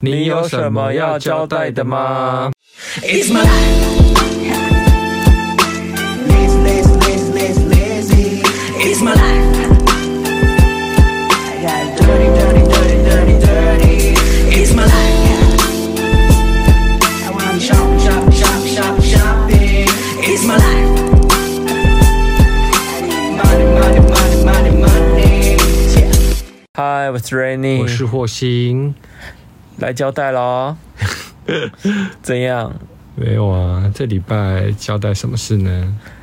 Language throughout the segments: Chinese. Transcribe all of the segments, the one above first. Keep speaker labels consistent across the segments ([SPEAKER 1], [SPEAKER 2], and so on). [SPEAKER 1] 你有什么要交代的吗？
[SPEAKER 2] It's my life. Lazy, lazy, lazy, lazy, lazy. It's my life. I got dirty, dirty, dirty, dirty, dirty. It's my life. I wanna shop, shop, shop, shop, shopping. It's my life. I need money, money, money, money, money. Yeah.
[SPEAKER 3] 嗨，我是 Rainy，
[SPEAKER 1] 我是火星，
[SPEAKER 3] 来交 代喽。怎样？
[SPEAKER 1] 没有啊，这礼拜交代什么事呢？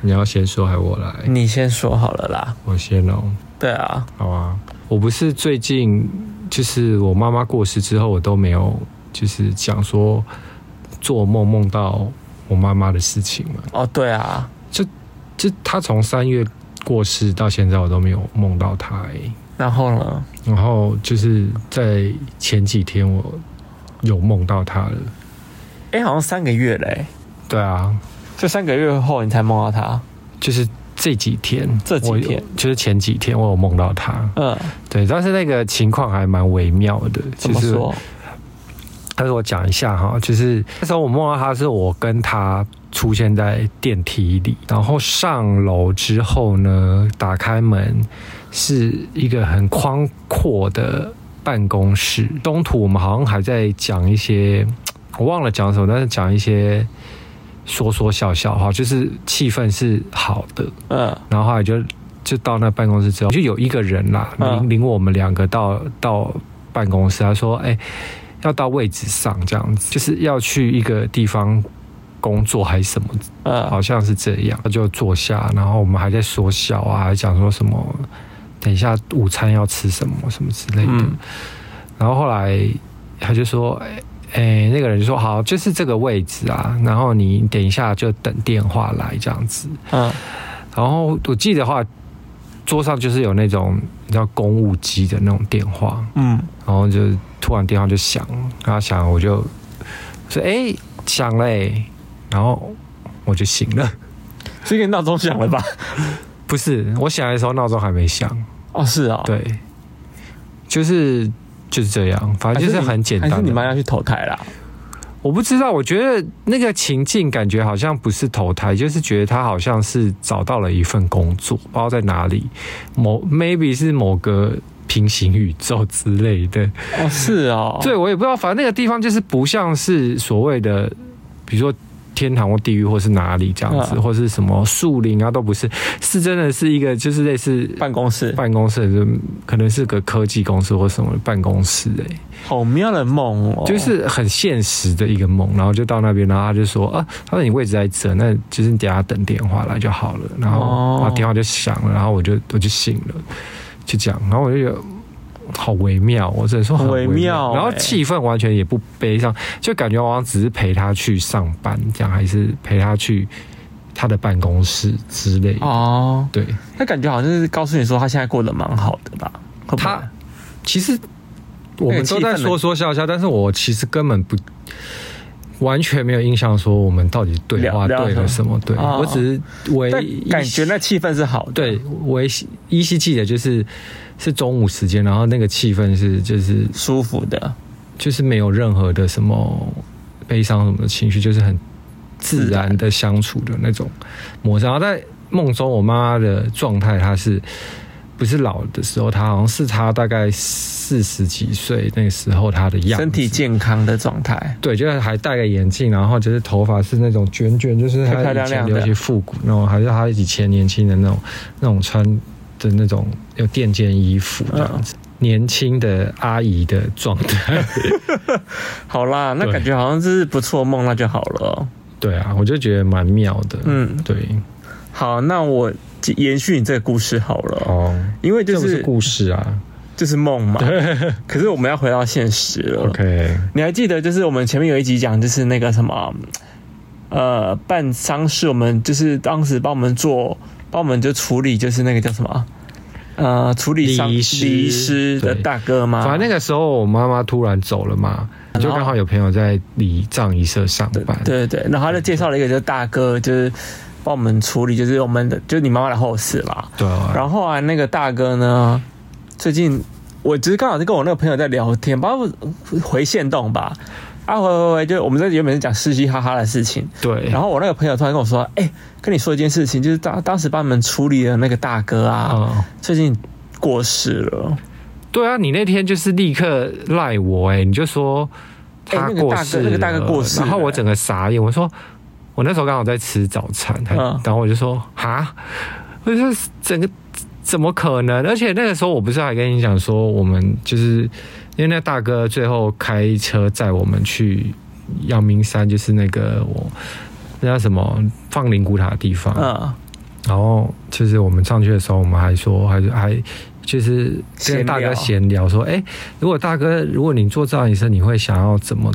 [SPEAKER 1] 你要先说还是我来？
[SPEAKER 3] 你先说好了啦。
[SPEAKER 1] 我先哦，
[SPEAKER 3] 对啊，
[SPEAKER 1] 好啊。我不是最近就是我妈妈过世之后，我都没有就是讲说做梦梦到我妈妈的事情嘛。
[SPEAKER 3] 哦对啊，
[SPEAKER 1] 就她从三月过世到现在，我都没有梦到她、欸。
[SPEAKER 3] 然后呢？
[SPEAKER 1] 然后就是在前几天我有梦到她了。
[SPEAKER 3] 哎、好像三个月嘞、
[SPEAKER 1] 对啊，
[SPEAKER 3] 就三个月后你才梦到他。
[SPEAKER 1] 就是这几天，
[SPEAKER 3] 这几
[SPEAKER 1] 我有
[SPEAKER 3] 天
[SPEAKER 1] 就是前几天我有梦到他，
[SPEAKER 3] 嗯，
[SPEAKER 1] 对，但是那个情况还蛮微妙的。
[SPEAKER 3] 怎么
[SPEAKER 1] 就是
[SPEAKER 3] 说？
[SPEAKER 1] 但是我讲一下哈，就是那时候我梦到他是我跟他出现在电梯里，然后上楼之后呢，打开门是一个很宽阔的办公室。中途我们好像还在讲一些，我忘了讲什么，但是讲一些说说笑笑哈，就是气氛是好的。
[SPEAKER 3] 嗯，
[SPEAKER 1] 然后后来就就到那办公室之后，就有一个人啦，
[SPEAKER 3] 嗯
[SPEAKER 1] 领领我们两个到到办公室，他说：“哎、要到位置上这样子，就是要去一个地方工作还是什么，
[SPEAKER 3] 嗯，
[SPEAKER 1] 好像是这样。”他就坐下，然后我们还在说笑啊，还讲说什么等一下午餐要吃什么什么之类的。
[SPEAKER 3] 嗯
[SPEAKER 1] 然后后来他就说：“哎、哎那个人就说好，就是这个位置啊，然后你等一下就等电话来这样子。”
[SPEAKER 3] 嗯，
[SPEAKER 1] 然后我记得话，桌上就是有那种你知道公务机的那种电话，
[SPEAKER 3] 嗯，
[SPEAKER 1] 然后就突然电话就响，然后响了我就说哎响嘞、然后我就醒了。
[SPEAKER 3] 是因为闹钟响了吧？
[SPEAKER 1] 不是，我醒来的时候闹钟还没响，
[SPEAKER 3] 哦，是哦，，
[SPEAKER 1] 对，就是就是这样，反正就是很简单
[SPEAKER 3] 还是你妈
[SPEAKER 1] 的。
[SPEAKER 3] 要去投胎啦？
[SPEAKER 1] 我不知道，我觉得那个情境感觉好像不是投胎，就是觉得他好像是找到了一份工作，不知道在哪里，某 maybe 是某个平行宇宙之类的。
[SPEAKER 3] 哦，是哦，
[SPEAKER 1] 对，我也不知道，反正那个地方就是不像是所谓的，比如说。天堂或地狱，或是哪里这样子，
[SPEAKER 3] 嗯
[SPEAKER 1] 或是什么树林啊，都不是，是真的是一个就是类似
[SPEAKER 3] 办公室，
[SPEAKER 1] 办公室，就可能是个科技公司或什么办公室哎、
[SPEAKER 3] 好妙的梦哦，
[SPEAKER 1] 就是很现实的一个梦，然后就到那边，然后他就说啊，他说你位置在这，那就是你等下等电话来就好了，然后、
[SPEAKER 3] 哦
[SPEAKER 1] 然后电话就响了，然后我就我就醒了，就这样，然后我就觉得。好微妙，我只能说很微
[SPEAKER 3] 微妙
[SPEAKER 1] 然后
[SPEAKER 3] 欸
[SPEAKER 1] 气氛完全也不悲伤，就感觉我好像只是陪他去上班这样，还是陪他去他的办公室之类的。
[SPEAKER 3] 哦，
[SPEAKER 1] 对
[SPEAKER 3] 那感觉好像是告诉你说他现在过得蛮好的吧？会不会
[SPEAKER 1] 他，其实我们
[SPEAKER 3] 那个
[SPEAKER 1] 都
[SPEAKER 3] 气氛
[SPEAKER 1] 在
[SPEAKER 3] 的
[SPEAKER 1] 哎说说笑笑，但是我其实根本不完全没有印象，说我们到底对话
[SPEAKER 3] 聊聊
[SPEAKER 1] 对了什么？对、
[SPEAKER 3] 哦
[SPEAKER 1] 我只是唯
[SPEAKER 3] 但
[SPEAKER 1] 一
[SPEAKER 3] 感觉那气氛是好的，
[SPEAKER 1] 对唯依稀记得就是是中午时间，然后那个气氛是就是
[SPEAKER 3] 舒服的，
[SPEAKER 1] 就是没有任何的什么悲伤什么的情绪，就是很自然的相处的那种模式。然后在梦中，我妈妈的状态，她是不是老的时候，她好像是她大概四十几岁那个时候她的样子，
[SPEAKER 3] 身体健康的状态。
[SPEAKER 1] 对，就是还戴个眼镜，然后就是头发是那种卷卷，就是
[SPEAKER 3] 漂
[SPEAKER 1] 她
[SPEAKER 3] 漂
[SPEAKER 1] 以
[SPEAKER 3] 亮
[SPEAKER 1] 前
[SPEAKER 3] 亮的
[SPEAKER 1] 流行复古那种，还是她以前年轻的那种那种穿的那种有垫肩衣服这样子，年轻的阿姨的状态。
[SPEAKER 3] 好啦，那
[SPEAKER 1] 对
[SPEAKER 3] 感觉好像是不错梦，那就好了哦。
[SPEAKER 1] 对啊，我就觉得蛮妙的。
[SPEAKER 3] 嗯
[SPEAKER 1] 对，
[SPEAKER 3] 好，那我延续你这个故事好了哦，
[SPEAKER 1] 哦，
[SPEAKER 3] 因为就
[SPEAKER 1] 这不
[SPEAKER 3] 是
[SPEAKER 1] 是故事啊。
[SPEAKER 3] 就是梦 嘛。可是我们要回到现实了。
[SPEAKER 1] OK，
[SPEAKER 3] 你还记得就是我们前面有一集讲就是那个什么，呃，办丧事，我们就是当时帮我们做，帮我们就处理就是那个叫什么，呃，处理丧
[SPEAKER 1] 离世
[SPEAKER 3] 离世的
[SPEAKER 1] 对
[SPEAKER 3] 大哥吗？
[SPEAKER 1] 反正那个时候我妈妈突然走了嘛，就刚好有朋友在礼葬仪社上班。
[SPEAKER 3] 对对对，然后他就介绍了一个就是大哥，就是帮我们处理，就是我们的就是你妈妈的后事啦。
[SPEAKER 1] 对啊，
[SPEAKER 3] 然后啊，那个大哥呢，最近我只是刚好是跟我那个朋友在聊天，包括回线动吧，啊回回回，就我们在原本是讲嘻嘻哈哈的事情，
[SPEAKER 1] 对，啊
[SPEAKER 3] 然后我那个朋友突然跟我说，哎、跟你说一件事情，就是当当时帮你们处理的那个大哥啊，
[SPEAKER 1] 嗯，
[SPEAKER 3] 最近过世了，
[SPEAKER 1] 对啊，你那天就是立刻赖我、哎，你就说他
[SPEAKER 3] 哎那个
[SPEAKER 1] 过
[SPEAKER 3] 大哥
[SPEAKER 1] 世了、
[SPEAKER 3] 那个大哥过世了
[SPEAKER 1] 然后我整个傻眼，我说我那时候刚好在吃早餐，还
[SPEAKER 3] 嗯
[SPEAKER 1] 然后我就说哈，我就说整个怎么可能？而且那个时候我不是还跟你讲说，我们就是因为那大哥最后开车载我们去阳明山，就是那个我那叫什么放灵骨塔的地方，
[SPEAKER 3] 嗯，
[SPEAKER 1] 然后就是我们上去的时候，我们还说，还还就是跟大哥闲聊说，哎、如果大哥，如果你做这样医生，你会想要怎么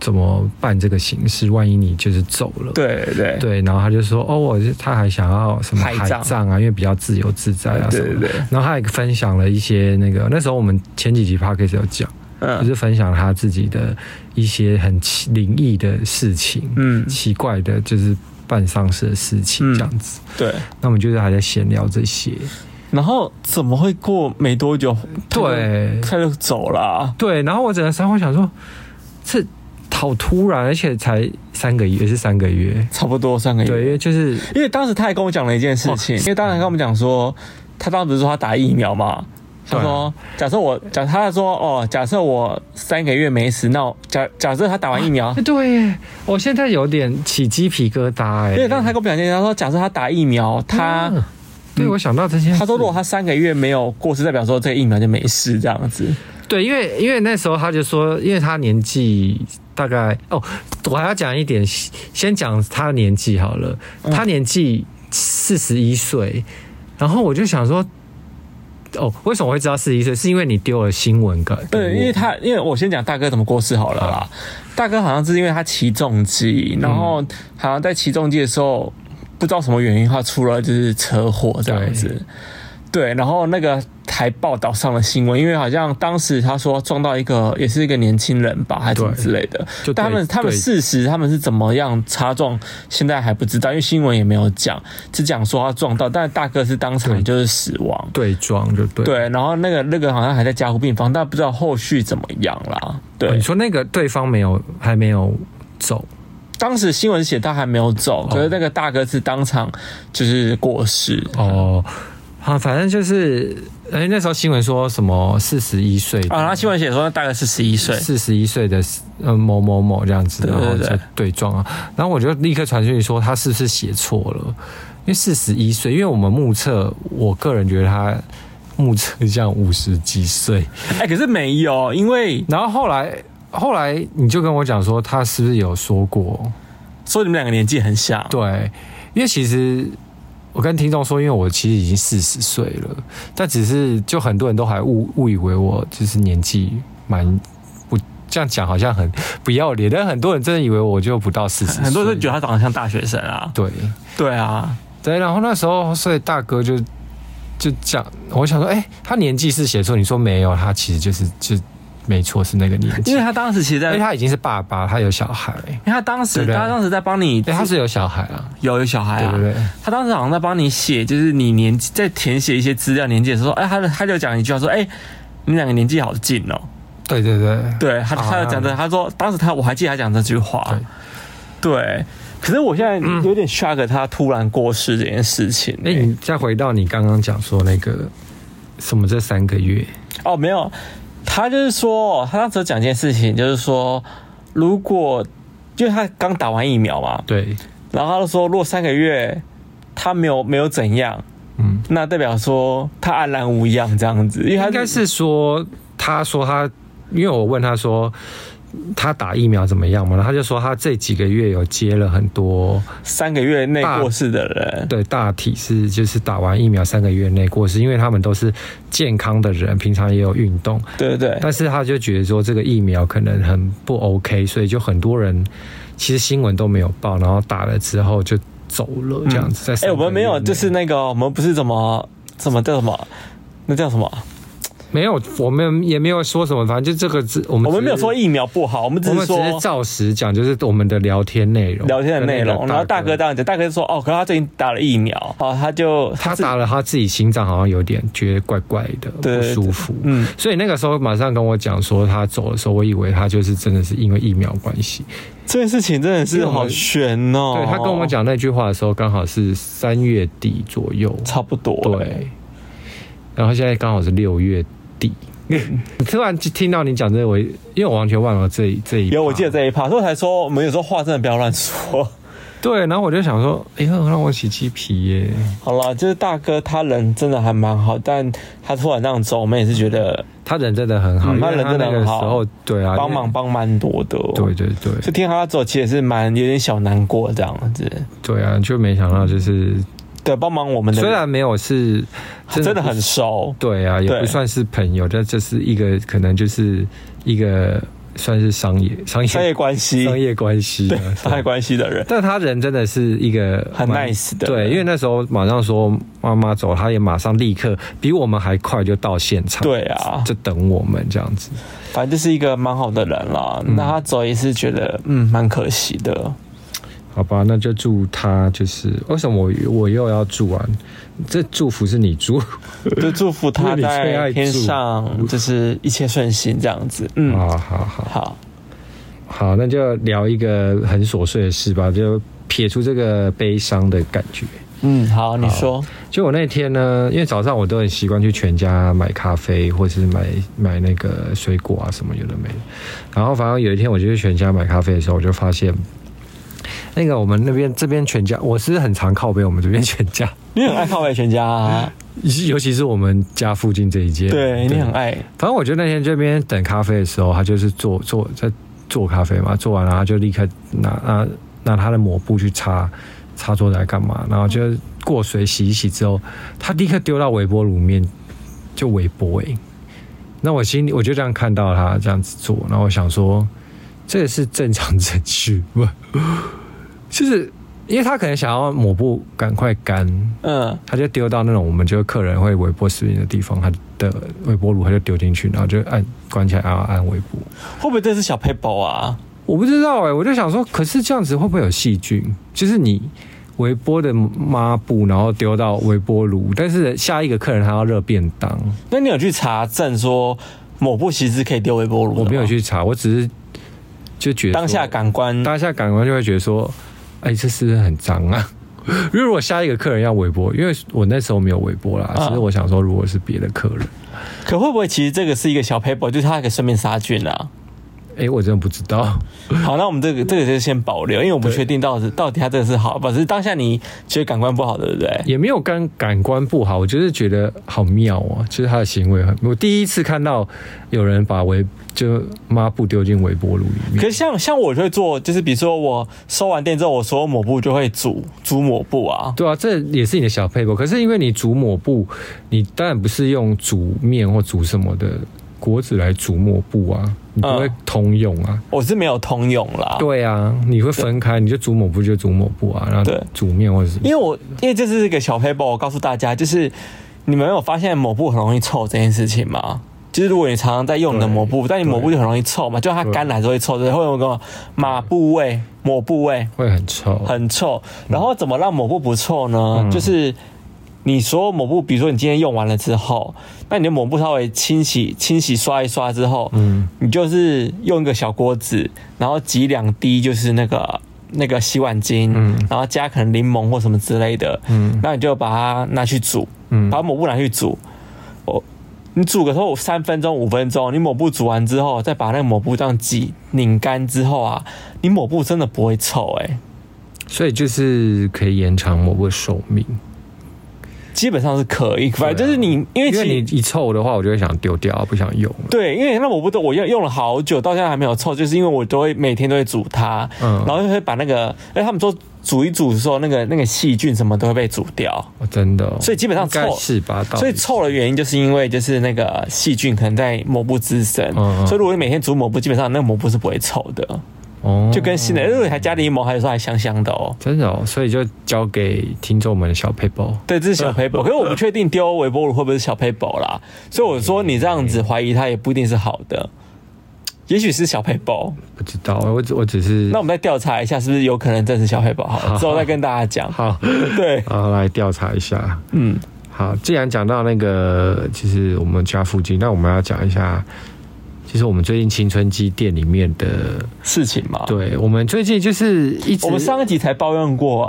[SPEAKER 1] 怎么办这个形式？万一你就是走了，
[SPEAKER 3] 对对
[SPEAKER 1] 对然后他就说，哦，我是他还想要什么
[SPEAKER 3] 海葬
[SPEAKER 1] 海葬啊，因为比较自由自在啊什
[SPEAKER 3] 对
[SPEAKER 1] 么的。
[SPEAKER 3] 对对，
[SPEAKER 1] 然后他也分享了一些那个，那时候我们前几集 p o d c a s 有讲，就
[SPEAKER 3] 嗯
[SPEAKER 1] 是分享他自己的一些很奇灵异的事情，
[SPEAKER 3] 嗯
[SPEAKER 1] 奇怪的，就是办丧事的事情
[SPEAKER 3] 嗯
[SPEAKER 1] 这样子。
[SPEAKER 3] 对，
[SPEAKER 1] 那我们就是还在闲聊这些。
[SPEAKER 3] 然后怎么会过没多久，他就
[SPEAKER 1] 对
[SPEAKER 3] 他就走了啊、
[SPEAKER 1] 对，然后我整个三我想说，这好突然，而且才三个月，也是三个月。
[SPEAKER 3] 差不多三个月，
[SPEAKER 1] 对，因为就是
[SPEAKER 3] 因为当时他还跟我讲了一件事情，
[SPEAKER 1] 哇
[SPEAKER 3] 因为当时他跟我们讲说，他当时不是说他打疫苗嘛，他说假设我假他说哦，假设我三个月没死，那我假假设他打完疫苗，
[SPEAKER 1] 哎对耶，我现在有点起鸡皮疙瘩哎。
[SPEAKER 3] 因为当时他跟我们讲一件事，他说假设他打疫苗，他
[SPEAKER 1] 嗯对我想到这些，
[SPEAKER 3] 他说如果他三个月没有过世，代表说这个疫苗就没事这样子，
[SPEAKER 1] 对，因为因为那时候他就说，因为他年纪大概哦，我还要讲一点，先讲他的年纪好了，
[SPEAKER 3] 嗯
[SPEAKER 1] 他年纪四十一岁，然后我就想说，哦，为什么会知道四十一岁？是因为你丢了新闻稿给我，
[SPEAKER 3] 对，因为他因为我先讲大哥怎么过世好了啦，大哥好像是因为他骑重机，然后好像在骑重机的时候不知道什么原因，他出了就是车祸这样子。对，然后那个还报道上了新闻，因为好像当时他说撞到一个也是一个年轻人吧，还是什么
[SPEAKER 1] 对
[SPEAKER 3] 之类的。
[SPEAKER 1] 就
[SPEAKER 3] 但他
[SPEAKER 1] 对
[SPEAKER 3] 们他们
[SPEAKER 1] 对
[SPEAKER 3] 事实他们是怎么样擦撞，现在还不知道，因为新闻也没有讲，只讲说他撞到，但是大哥是当场
[SPEAKER 1] 对
[SPEAKER 3] 就是死亡。
[SPEAKER 1] 对撞就对。
[SPEAKER 3] 对，然后那个那个好像还在加护病房，但不知道后续怎么样啦。
[SPEAKER 1] 哦
[SPEAKER 3] 对
[SPEAKER 1] 你，说那个对方没有还没有走，
[SPEAKER 3] 当时新闻写他还没有走，可是那个大哥是当场就是过世。
[SPEAKER 1] 哦，
[SPEAKER 3] 嗯
[SPEAKER 1] 好，反正就是，哎、那时候新闻说什么四十一岁的
[SPEAKER 3] 啊，然后新闻写说那大概是十一岁，
[SPEAKER 1] 四十一岁的呃某某某这样子，
[SPEAKER 3] 对
[SPEAKER 1] 然
[SPEAKER 3] 对
[SPEAKER 1] 后就
[SPEAKER 3] 对
[SPEAKER 1] 对撞啊，然后我就立刻传讯说他是不是写错了，因为四十一岁，因为我们目测，我个人觉得他目测像五十几岁，
[SPEAKER 3] 哎、可是没有，因为
[SPEAKER 1] 然后后来后来你就跟我讲说他是不是有说过，
[SPEAKER 3] 说你们两个年纪很像，
[SPEAKER 1] 对，因为其实。我跟听众说，因为我其实已经四十岁了，但只是就很多人都还误误以为我就是年纪蛮不这样讲好像很不要脸，但很多人真的以为我就不到四十岁，
[SPEAKER 3] 很多人都觉得他长得像大学生啊。
[SPEAKER 1] 对
[SPEAKER 3] 对啊，
[SPEAKER 1] 对，然后那时候所以大哥就就讲，我想说，哎、他年纪是写错，你说没有，他其实就是就没错是那个年纪，
[SPEAKER 3] 因为
[SPEAKER 1] 因
[SPEAKER 3] 哎他当时其实在，
[SPEAKER 1] 为
[SPEAKER 3] 因为
[SPEAKER 1] 他已经是爸爸，他有小孩，哎、
[SPEAKER 3] 他当时
[SPEAKER 1] 对不对
[SPEAKER 3] 哎他当时在帮你，
[SPEAKER 1] 他是有小孩啊，
[SPEAKER 3] 有有小孩
[SPEAKER 1] 对
[SPEAKER 3] 啊，
[SPEAKER 1] 不对？
[SPEAKER 3] 他当时好像在帮你写，就是你年纪在填写一些资料年纪的时候，哎、他他就讲一句话说，哎、你们两个年纪好近哦、
[SPEAKER 1] 对对对
[SPEAKER 3] 对他，
[SPEAKER 1] 啊
[SPEAKER 3] 他有讲这，他说当时他我还记得他讲这句话，对。可是我现在有点 shock，他突然过世这件事情、
[SPEAKER 1] 嗯
[SPEAKER 3] 欸
[SPEAKER 1] 哎、你再回到你刚刚讲说那个什么这三个月，
[SPEAKER 3] 哦，没有，他就是说，他当时有讲一件事情，就是说，如果因为他刚打完疫苗嘛，
[SPEAKER 1] 对，
[SPEAKER 3] 然后他就说，如果三个月他没有没有怎样，
[SPEAKER 1] 嗯，
[SPEAKER 3] 那代表说他安然无恙这样子，因为他
[SPEAKER 1] 应该是说，他说他，因为我问他说他打疫苗怎么样嘛，然后他就说他这几个月有接了很多，
[SPEAKER 3] 三个月内
[SPEAKER 1] 大
[SPEAKER 3] 过世的人，
[SPEAKER 1] 对，大体是就是打完疫苗三个月内过世，因为他们都是健康的人，平常也有运动，
[SPEAKER 3] 对对对，
[SPEAKER 1] 但是他就觉得说这个疫苗可能很不 OK，所以就很多人其实新闻都没有报，然后打了之后就走了这样子，在
[SPEAKER 3] 哎、
[SPEAKER 1] 三
[SPEAKER 3] 我
[SPEAKER 1] 个
[SPEAKER 3] 们没有，
[SPEAKER 1] 月内
[SPEAKER 3] 就是那个，我们不是怎么怎么叫什么，那叫什么？
[SPEAKER 1] 没有，我们也没有说什么，反正就这个只我们
[SPEAKER 3] 我们没有
[SPEAKER 1] 只是
[SPEAKER 3] 说疫苗不好，我们只
[SPEAKER 1] 我
[SPEAKER 3] 是
[SPEAKER 1] 们只
[SPEAKER 3] 说
[SPEAKER 1] 是照实讲，就是我们的聊天内容，
[SPEAKER 3] 聊天的内容。
[SPEAKER 1] 跟那个
[SPEAKER 3] 然后大哥这样讲，大哥就说哦，可是他最近打了疫苗，哦，他就
[SPEAKER 1] 他
[SPEAKER 3] 自己
[SPEAKER 1] 打了他自己心脏，好像有点觉得怪怪的，
[SPEAKER 3] 对
[SPEAKER 1] 不舒服。
[SPEAKER 3] 嗯，
[SPEAKER 1] 所以那个时候马上跟我讲说他走的时候，我以为他就是真的是因为疫苗关系。
[SPEAKER 3] 这件事情真的
[SPEAKER 1] 因
[SPEAKER 3] 是
[SPEAKER 1] 为我们
[SPEAKER 3] 好悬哦。
[SPEAKER 1] 对他跟我讲那句话的时候，刚好是三月底左右，
[SPEAKER 3] 差不多，
[SPEAKER 1] 对。然后现在刚好是六月底，
[SPEAKER 3] 嗯
[SPEAKER 1] 突然就听到你讲这个，我因为我完全忘了这一这一
[SPEAKER 3] 有，我
[SPEAKER 1] 趴
[SPEAKER 3] 记得这一趴，所以我才说我们有时候话真的不要乱说。
[SPEAKER 1] 对，然后我就想说，哎、呀，让我起鸡皮耶。
[SPEAKER 3] 好了，就是大哥他人真的还蛮好，但他突然这样走，我们也是觉得
[SPEAKER 1] 他人真的很好，因
[SPEAKER 3] 嗯
[SPEAKER 1] 为
[SPEAKER 3] 他人真的
[SPEAKER 1] 那个
[SPEAKER 3] 很好
[SPEAKER 1] 时候对啊，
[SPEAKER 3] 帮忙
[SPEAKER 1] 因为。
[SPEAKER 3] 帮蛮多的。
[SPEAKER 1] 对，对对，
[SPEAKER 3] 就听他走，其实也是蛮有点小难过这样子。
[SPEAKER 1] 对啊，就没想到就是
[SPEAKER 3] 对，帮忙我们的
[SPEAKER 1] 虽然没有是
[SPEAKER 3] 真的
[SPEAKER 1] 不
[SPEAKER 3] 很熟，
[SPEAKER 1] 对啊，也
[SPEAKER 3] 对
[SPEAKER 1] 不算是朋友，但这是一个可能就是一个算是商业商业
[SPEAKER 3] 商业关系，
[SPEAKER 1] 商业关系啊，
[SPEAKER 3] 商业关系的人，
[SPEAKER 1] 但他人真的是一个
[SPEAKER 3] 很
[SPEAKER 1] 蛮
[SPEAKER 3] nice 的
[SPEAKER 1] 对，因为那时候马上说妈妈走，他也马上立刻比我们还快就到现场，
[SPEAKER 3] 对啊
[SPEAKER 1] 就等我们这样子。
[SPEAKER 3] 反正就是一个蛮好的人啦。
[SPEAKER 1] 嗯
[SPEAKER 3] 那他走也是觉得嗯蛮可惜的。
[SPEAKER 1] 好吧，那就祝他就是为什么我我又要祝啊？这祝福是你祝
[SPEAKER 3] 就祝福
[SPEAKER 1] 因
[SPEAKER 3] 他
[SPEAKER 1] 为你最爱住
[SPEAKER 3] 在天上，就是一切顺心这样子。嗯，
[SPEAKER 1] 好好好
[SPEAKER 3] 好，
[SPEAKER 1] 好，那就聊一个很琐碎的事吧，就撇除这个悲伤的感觉。
[SPEAKER 3] 嗯，好，你说，
[SPEAKER 1] 就我那天呢，因为早上我都很习惯去全家买咖啡，或是买买那个水果啊什么有的没的。然后反正有一天我就去全家买咖啡的时候，我就发现， 那个我们那边这边全家，我是很常靠背我们这边全家，
[SPEAKER 3] 你很爱靠北全家
[SPEAKER 1] 嗯
[SPEAKER 3] 啊，
[SPEAKER 1] 尤其是我们家附近这一间。
[SPEAKER 3] 对你很爱，
[SPEAKER 1] 反正我觉得那天这边等咖啡的时候，他就是做做在做咖啡嘛，做完了他就立刻拿拿拿他的抹布去擦擦桌子来干嘛，然后就过水洗一洗之后，他立刻丢到微波炉里面就微波哎、那我心里我就这样看到他这样子做，然后我想说这个是正常程序吗？ 就是因为他可能想要抹布赶快干，
[SPEAKER 3] 嗯，
[SPEAKER 1] 他就丢到那种我们就是客人会微波视频的地方，他的微波炉他就丢进去，然后就按关起来，然后按微波。
[SPEAKER 3] 会不会这是小 paper 啊？
[SPEAKER 1] 我不知道哎、我就想说，可是这样子会不会有细菌？就是你微波的抹布，然后丢到微波炉，但是下一个客人他要热便当，
[SPEAKER 3] 那你有去查证说抹布其实可以丢微波炉的吗？
[SPEAKER 1] 我没有去查，我只是就觉得说
[SPEAKER 3] 当下感官，
[SPEAKER 1] 当下感官就会觉得说，哎、这是不是很脏啊？ 因为如果下一个客人要微波，因为我那时候没有微波啦，
[SPEAKER 3] 啊
[SPEAKER 1] 只是我想说，如果是别的客人，
[SPEAKER 3] 可会不会其实这个是一个小 paper，就是它可以顺便杀菌啊？
[SPEAKER 1] 哎、我真的不知道。
[SPEAKER 3] 好，那我们这个这个就先保留，因为我不
[SPEAKER 1] 对
[SPEAKER 3] 确定到底到底它这个是好，不只是当下你觉得感官不好，对不对？
[SPEAKER 1] 也没有感感官不好，我就是觉得好妙哦，就是他的行为很，我第一次看到有人把微就抹布丢进微波炉里面，
[SPEAKER 3] 可是像像我就会做，就是比如说我收完电之后，我所有抹布就会煮煮抹布啊。
[SPEAKER 1] 对啊，这也是你的小配博。可是因为你煮抹布，你当然不是用煮面或煮什么的锅子来煮抹布啊，你不会
[SPEAKER 3] 嗯
[SPEAKER 1] 通用啊。
[SPEAKER 3] 我是没有通用啦，
[SPEAKER 1] 对啊，你会分开，你就煮抹布就煮抹布啊，然后
[SPEAKER 3] 对
[SPEAKER 1] 煮面或者是
[SPEAKER 3] 因为我因为这是一个小 paper，我告诉大家，就是你们有发现抹布很容易臭这件事情吗？就是如果你常常在用你的
[SPEAKER 1] 对
[SPEAKER 3] 抹布，但你抹布就很容易臭嘛，就它
[SPEAKER 1] 对
[SPEAKER 3] 干了还是会臭的，会有那个抹布味、抹布味
[SPEAKER 1] 会很臭。
[SPEAKER 3] 很臭。然后怎么让抹布不臭呢？
[SPEAKER 1] 嗯
[SPEAKER 3] 就是你所有抹布，比如说你今天用完了之后，那你的抹布稍微清洗、清洗、刷一刷之后，
[SPEAKER 1] 嗯，
[SPEAKER 3] 你就是用一个小锅子，然后挤两滴就是那个那个洗碗精，
[SPEAKER 1] 嗯
[SPEAKER 3] 然后加可能柠檬或什么之类的，
[SPEAKER 1] 嗯
[SPEAKER 3] 那你就把它拿去煮，
[SPEAKER 1] 嗯
[SPEAKER 3] 把抹布拿去煮。哦，你煮个后三分钟五分钟，你抹布煮完之后，再把那个抹布这样挤拧干之后啊，你抹布真的不会臭哎、
[SPEAKER 1] 所以就是可以延长抹布的寿命，
[SPEAKER 3] 基本上是可以，反正
[SPEAKER 1] 对啊
[SPEAKER 3] 就是你，因为
[SPEAKER 1] 因
[SPEAKER 3] 其
[SPEAKER 1] 为你
[SPEAKER 3] 实
[SPEAKER 1] 一臭的话，我就会想丢掉，不想用了。
[SPEAKER 3] 对，因为那抹布都我用用了好久，到现在还没有臭，就是因为我都会每天都会煮它，
[SPEAKER 1] 嗯
[SPEAKER 3] 然后就会把那个，哎，他们说煮一煮的时候，那个那个细菌什么都会被煮掉，
[SPEAKER 1] 哦，真的、哦，
[SPEAKER 3] 所以基本上
[SPEAKER 1] 应该
[SPEAKER 3] 臭
[SPEAKER 1] 是吧，到底
[SPEAKER 3] 所以臭的原因就是因为就是那个细菌可能在抹布滋生，
[SPEAKER 1] 嗯嗯
[SPEAKER 3] 所以如果你每天煮抹布，基本上那个抹布是不会臭的。
[SPEAKER 1] 哦，
[SPEAKER 3] 就跟新的，因为还加柠檬，还有时候还香香的哦。
[SPEAKER 1] 真的哦，所以就交给听众们的小 paper。
[SPEAKER 3] 对，这是小 paper，可是我不确定丢微波炉会不会是小 paper 啦，所以我说你这样子怀疑它也不一定是好的，也许是小 paper。
[SPEAKER 1] 不知道，我只我只是
[SPEAKER 3] 那我们再调查一下，是不是有可能真是小 paper？好了，之后再跟大家讲。
[SPEAKER 1] 好，
[SPEAKER 3] 对，
[SPEAKER 1] 好来调查一下。
[SPEAKER 3] 嗯，
[SPEAKER 1] 好，既然讲到那个，就是我们家附近，那我们要讲一下，就是我们最近青春鸡店里面的，
[SPEAKER 3] 事情嘛，，
[SPEAKER 1] 对我们最近就是一直
[SPEAKER 3] 哦我们上一集才抱怨过啊，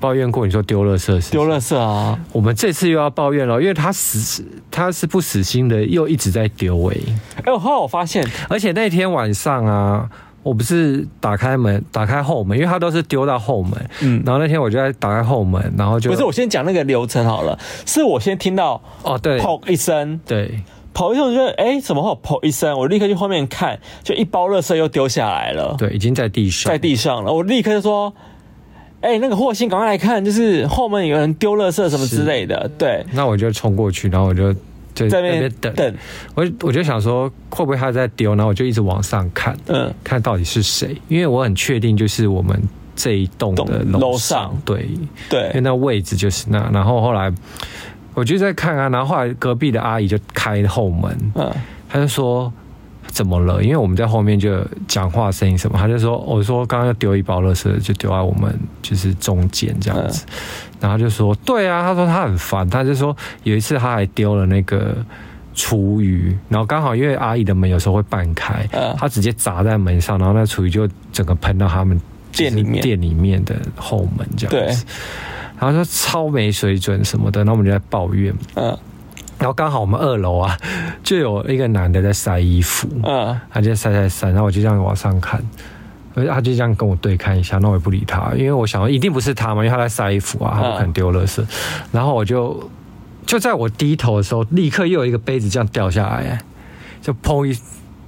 [SPEAKER 1] 抱怨过，你说丢垃圾是
[SPEAKER 3] 丢垃圾啊，
[SPEAKER 1] 我们这次又要抱怨了，因为他死他是不死心的，又一直在丢欸诶、
[SPEAKER 3] 哎、我后来我发现，
[SPEAKER 1] 而且那天晚上啊，我不是打开门，打开后门，因为他都是丢到后门，
[SPEAKER 3] 嗯，
[SPEAKER 1] 然后那天我就在打开后门，然后就
[SPEAKER 3] 不是，我先讲那个流程好了，是我先听到
[SPEAKER 1] 哦对
[SPEAKER 3] 砰一声，
[SPEAKER 1] 对
[SPEAKER 3] 砰一声，我就觉得哎、怎么会有砰一声？我立刻去后面看，就一包垃圾又丢下来了，
[SPEAKER 1] 对，已经在地上，
[SPEAKER 3] 在地上了，我立刻就说。哎、那个霍信，赶快来看，就是后面有人丢垃圾什么之类的，对，
[SPEAKER 1] 那我就冲过去，然后我就就
[SPEAKER 3] 在
[SPEAKER 1] 在
[SPEAKER 3] 那
[SPEAKER 1] 那
[SPEAKER 3] 边
[SPEAKER 1] 边
[SPEAKER 3] 等
[SPEAKER 1] 等，我我就想说会不会他在丢，然后我就一直往上看，
[SPEAKER 3] 嗯，
[SPEAKER 1] 看到底是谁，因为我很确定就是我们这一栋的
[SPEAKER 3] 栋楼
[SPEAKER 1] 楼
[SPEAKER 3] 上
[SPEAKER 1] 对，因为
[SPEAKER 3] 对，
[SPEAKER 1] 那位置就是那，然后后来我就在看啊，然后后来隔壁的阿姨就开后门，
[SPEAKER 3] 嗯，
[SPEAKER 1] 她就说怎么了？因为我们在后面就有讲话声音什么，她就说我说刚刚要丢一包垃圾，就丢在我们就是中间这样子，然后她就说对啊，她说她很烦，她就说有一次她还丢了那个。厨余，然后刚好因为阿姨的门有时候会半开，
[SPEAKER 3] 嗯
[SPEAKER 1] 她直接砸在门上，然后那厨余就整个喷到他们
[SPEAKER 3] 店里面
[SPEAKER 1] 店里面的后门这样子。然后说超没水准什么的，然后我们就在抱怨。
[SPEAKER 3] 嗯，
[SPEAKER 1] 然后刚好我们二楼啊， 就有一个男的在晒衣服，
[SPEAKER 3] 嗯，
[SPEAKER 1] 他就晒晒晒，然后我就这样往上看，而他就这样跟我对看一下，那我也不理他，因为我想说一定不是他嘛，因为他在晒衣服啊，他不可能丢垃圾。然后我就就在我低头的时候，立刻又有一个杯子这样掉下来，就砰一。